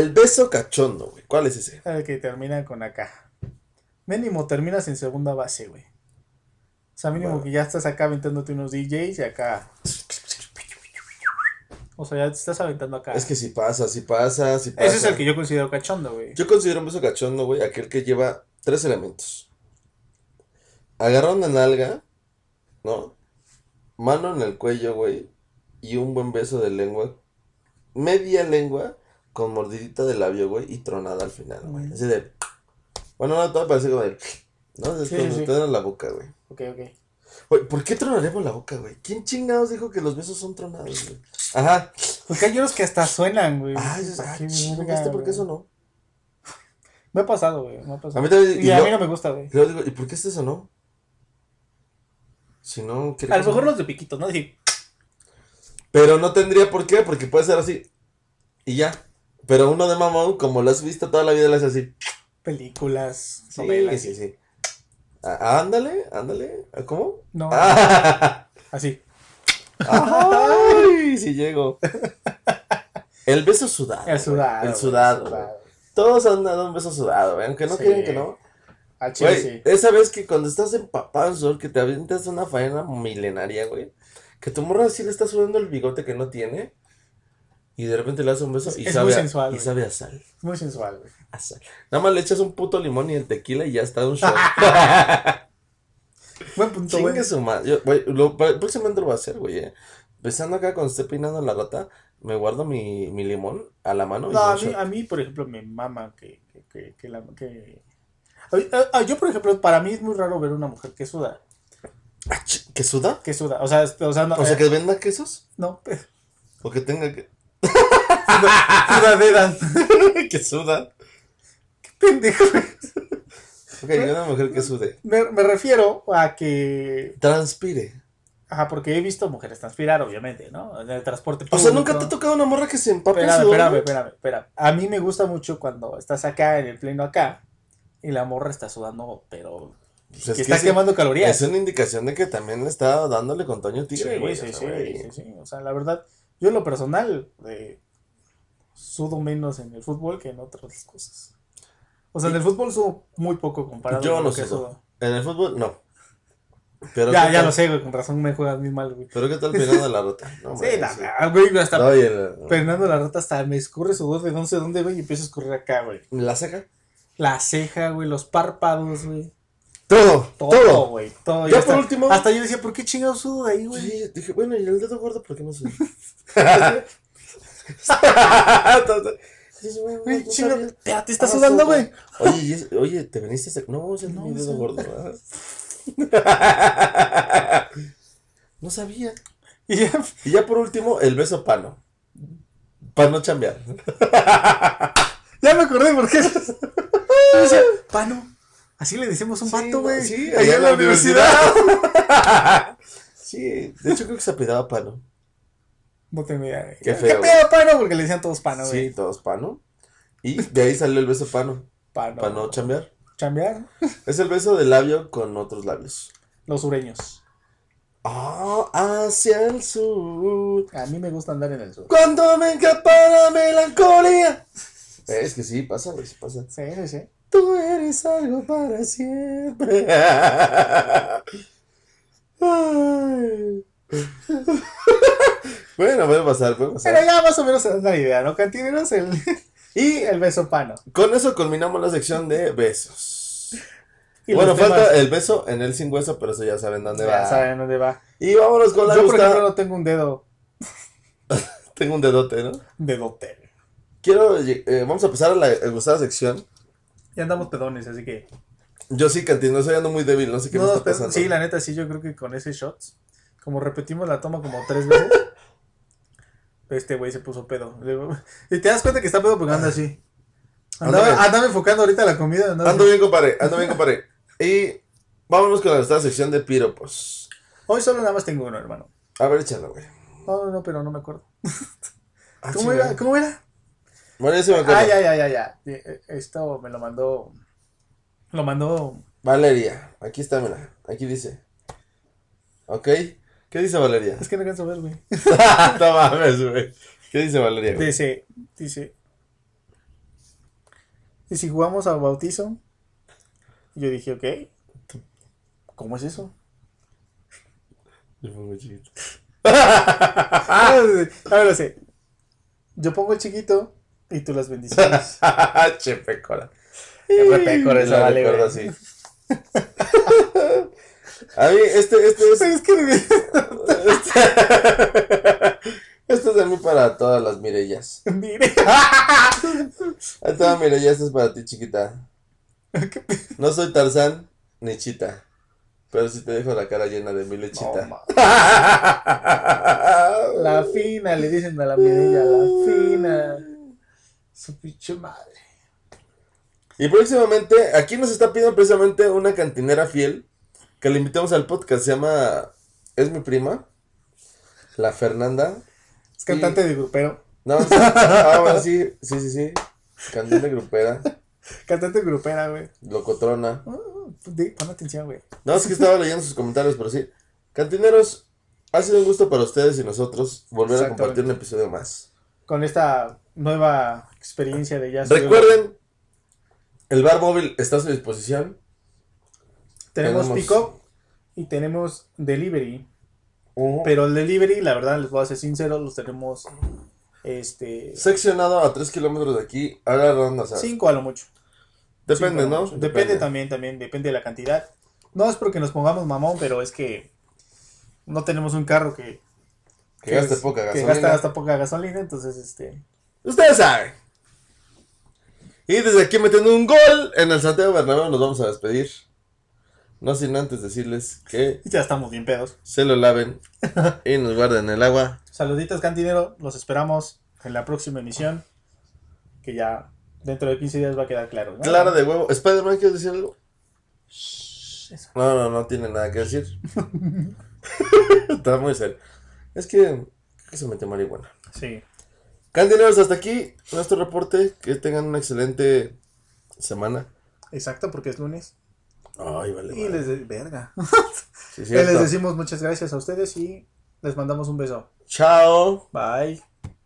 El beso cachondo, güey. ¿Cuál es ese? El que termina con acá. Mínimo terminas en segunda base, güey. O sea, mínimo Bueno. que ya estás acá aventándote unos DJs y acá. O sea, ya te estás aventando acá. Es que sí pasa, sí pasa, sí pasa. Ah. Ese es el que yo considero cachondo, güey. Yo considero un beso cachondo, güey, aquel que lleva tres elementos. Agarrar una nalga, ¿no? Mano en el cuello, güey, y un buen beso de lengua. Media lengua con mordidita de labio, güey, y tronada al final, güey. Mm. Así de... Bueno, no, todo parece como de... No, es Sí, cuando sí. te dan la boca, güey. Ok, ok. Güey, ¿por qué tronaremos la boca, güey? ¿Quién chingados dijo que los besos son tronados, güey? Ajá. Porque hay unos que hasta suenan, güey. Ay, ¿Para ah, qué chinga, verga, ¿este por qué güey? sonó? Me ha pasado, güey. Me ha pasado. A mí también- Y, y a yo- mí no me gusta, güey. Y luego digo, ¿y por qué este sonó? Si no, creo A que lo mejor no. los de piquitos, ¿no? Así, Pero no tendría por qué, porque puede ser así. Y ya. Pero uno de mamón, como lo has visto toda la vida, lo hace así. películas, Sí, novelas. sí, sí. Ah, ándale, ándale. Ah, ¿Cómo? No, Ah, así. Ay, sí llego. El beso sudado. El sudado. El güey, sudado. el güey. sudado. Todos han dado un beso sudado, güey, aunque no Sí. quieren que no. Al chile, Güey, sí. esa vez que cuando estás empapado en sudor, que te avientas una faena milenaria, güey. Que tu morra así le está sudando el bigote que no tiene. Y de repente le das un beso Es- y, es sabe, muy a, sensual, y güey. sabe a sal, Es muy sensual, güey. a sal. Nada más le echas un puto limón y el tequila y ya está un shot. Buen punto, Ah, güey. Chingue su madre. Yo, güey, lo- pr- próximamente lo voy a hacer, güey. eh. Empezando acá cuando esté peinando la rata, me guardo mi, mi limón a la mano. y No, a un mí, shot. a mí, por ejemplo, me mama que, que, que, que la que. Ay, ah, ah, Yo, por ejemplo, para mí es muy raro ver una mujer que suda. Ah, chi- ¿Que suda? Que suda. O sea, este, o sea, no. O sea, eh, que venda quesos. no. O que tenga que. Ah, Sudaderas. que suda. Pendejo. Ok, una mujer que sude. Me, me refiero a que. Transpire. Ajá, porque he visto mujeres transpirar, obviamente, ¿no? En el transporte O sea, nunca te ha tocado tocado una morra que se empape en Espérame, sudor, espérame, güey? espérame, espérame. A mí me gusta mucho cuando estás acá, en el pleno acá, y la morra está sudando, pero. Pues es que que está sí, quemando calorías. Es una indicación de que también le está dándole con Toño Tigre, Sí, güey. sí, o sea, sí, güey. sí, sí. O sea, la verdad, yo en lo personal eh, sudo menos en el fútbol que en otras cosas. O sea, en el fútbol sudo muy poco comparado Yo con lo no que sudo. sudo. En el fútbol, no. Pero Ya, ¿qué ya tal- lo sé, güey, con razón me juegas muy mal, güey. Pero qué tal Fernando la rota. No, Sí, güey, la, sí. la- güey, hasta No, y el- Fernando la rata hasta me escurre sudor de no sé dónde, güey, y empieza a escurrir acá, güey. La ceja. La ceja, güey, los párpados, güey. Todo, Todo, todo. güey, todo. Y Ya hasta, por último- Hasta yo decía, ¿por qué chingados sudo de ahí, güey? Sí, dije, bueno, y el dedo gordo, ¿por qué no sube? Sí, güey, güey, Güey, no chinga, sabía. espérate, está Ah, sudando, sí, güey. Oye, y es- oye, te veniste a... No, ese es No, mi dedo ese- gordo. ¿verdad? no sabía. Y ya, Y ya por último, el beso pano. Para no chambear. Ya me acordé por qué. Dice, Pano. Así le decimos a un Sí, pato, güey. Sí, allá, en la universidad. sí, de hecho creo que se apellidaba pano. No te veía. güey. Qué feo, pedo, Pano? Porque le decían todos Pano, güey. Sí, todos pano. Y de ahí salió el beso pano. Pano. Para no chambear. Chambear. Es el beso de labio con otros labios. Los sureños. Ah, hacia el sur. A mí me gusta andar en el sur. Cuando me encapa la melancolía. Es que sí, pasa, güey, sí pasa. Sí, sí, sí. Tú eres algo para siempre. Ay. bueno, puede pasar, puede Pero pasar. ya más o menos se dan la idea, ¿no? Cantineros el, Y el beso Pano. con eso culminamos la sección de besos. Y bueno, los falta demás, el beso en el sin hueso, pero eso ya saben dónde Ya va. saben dónde va. Y vámonos con la Yo, por gustada. ejemplo, no tengo un dedo. Tengo un dedote, ¿no? Dedote. Quiero, lleg- eh, vamos a pasar a la eh, gustada sección. Ya andamos pedones, así que. Yo sí, Cantín, no estoy ando muy débil, no sé qué No, me está pero- pasando. sí, la neta, sí, yo creo que con ese shot, como repetimos la toma como tres veces, este güey se puso pedo. Le digo, Y te das cuenta que está pedo porque anda así. Andaba, Ah, Ándale. andaba enfocando ahorita la comida. andaba Ando así. bien, compadre, ando bien, compadre. Y vámonos con esta sección de piropos. Hoy solo nada más tengo uno, hermano. A ver, échala, güey. No, no, no, pero no me acuerdo. Ah, ¿Cómo chinga. era? ¿Cómo era? Bueno, ya se me acuerdo. Ah, ya, ya, ya, ya. Eh, eh, Esto me lo mandó. Lo mandó. Valeria. Aquí está, mira. Aquí dice. ¿Ok? ¿Qué dice Valeria? Es que no canso ver, güey. no mames, güey. ¿Qué dice Valeria? güey? Dice, dice. ¿Y si jugamos al bautizo? Y Yo dije, ok. ¿Cómo es eso? Yo pongo chiquito. Ah, ahora lo sé. Yo pongo el chiquito y tú las bendiciones. che, pecora. Repécora, esa La vale, recuerdo güey. así. A mí, este, este es. Es que Este es de mí para todas las Mirellas. mire. Ahí está, Mireya, este es para ti, chiquita. No soy Tarzán ni Chita. Pero sí te dejo la cara llena de mi lechita. No, ma- la fina, le dicen a la mirilla, la fina. Su pinche madre. Y próximamente, aquí nos está pidiendo precisamente una cantinera fiel que le invitamos al podcast. Se llama Es mi prima, la Fernanda. Es cantante de grupero. No, sí, ah, bueno, sí, sí, sí, sí. Cantante grupera, Cantante de grupera, güey. locotrona. Ah, di- Pon atención, güey. No, es que estaba leyendo sus comentarios, pero sí. Cantineros, ha sido un gusto para ustedes y nosotros volver a Exactamente. compartir un episodio más. Con esta nueva experiencia de ya. Recuerden, el bar móvil está a su disposición. Tenemos tenemos- pick-up y tenemos delivery. Pero el delivery, la verdad, les voy a ser sincero, los tenemos. Este. Seccionado a 3 kilómetros de aquí, a la ronda, ¿sabes? Cinco a lo mucho. Depende, Cinco a lo ¿no? mucho. Depende, también, también, depende de la cantidad. No es porque nos pongamos mamón, pero es que no tenemos un carro que, Que gaste es- poca que gasolina. gasta hasta poca gasolina, entonces este. Ustedes saben. Y desde aquí metiendo un gol en el Santiago Bernabéu nos vamos a despedir. No sin antes decirles que Ya estamos bien pedos. se lo laven y nos guarden el agua. Saluditos, cantinero. Los esperamos en la próxima emisión. Que ya dentro de 15 días va a quedar claro. ¿no? Clara de huevo. Spider-Man, ¿quieres decir algo? Eso. No, no, no tiene nada que decir. Está muy serio. Es que, creo que se metió marihuana. Sí. Cantineros, hasta aquí nuestro reporte. Que tengan una excelente semana. Exacto, porque es lunes. Ay, vale. Y vale. les de- verga. Sí, les cierto. decimos muchas gracias a ustedes y les mandamos un beso. Chao. Bye.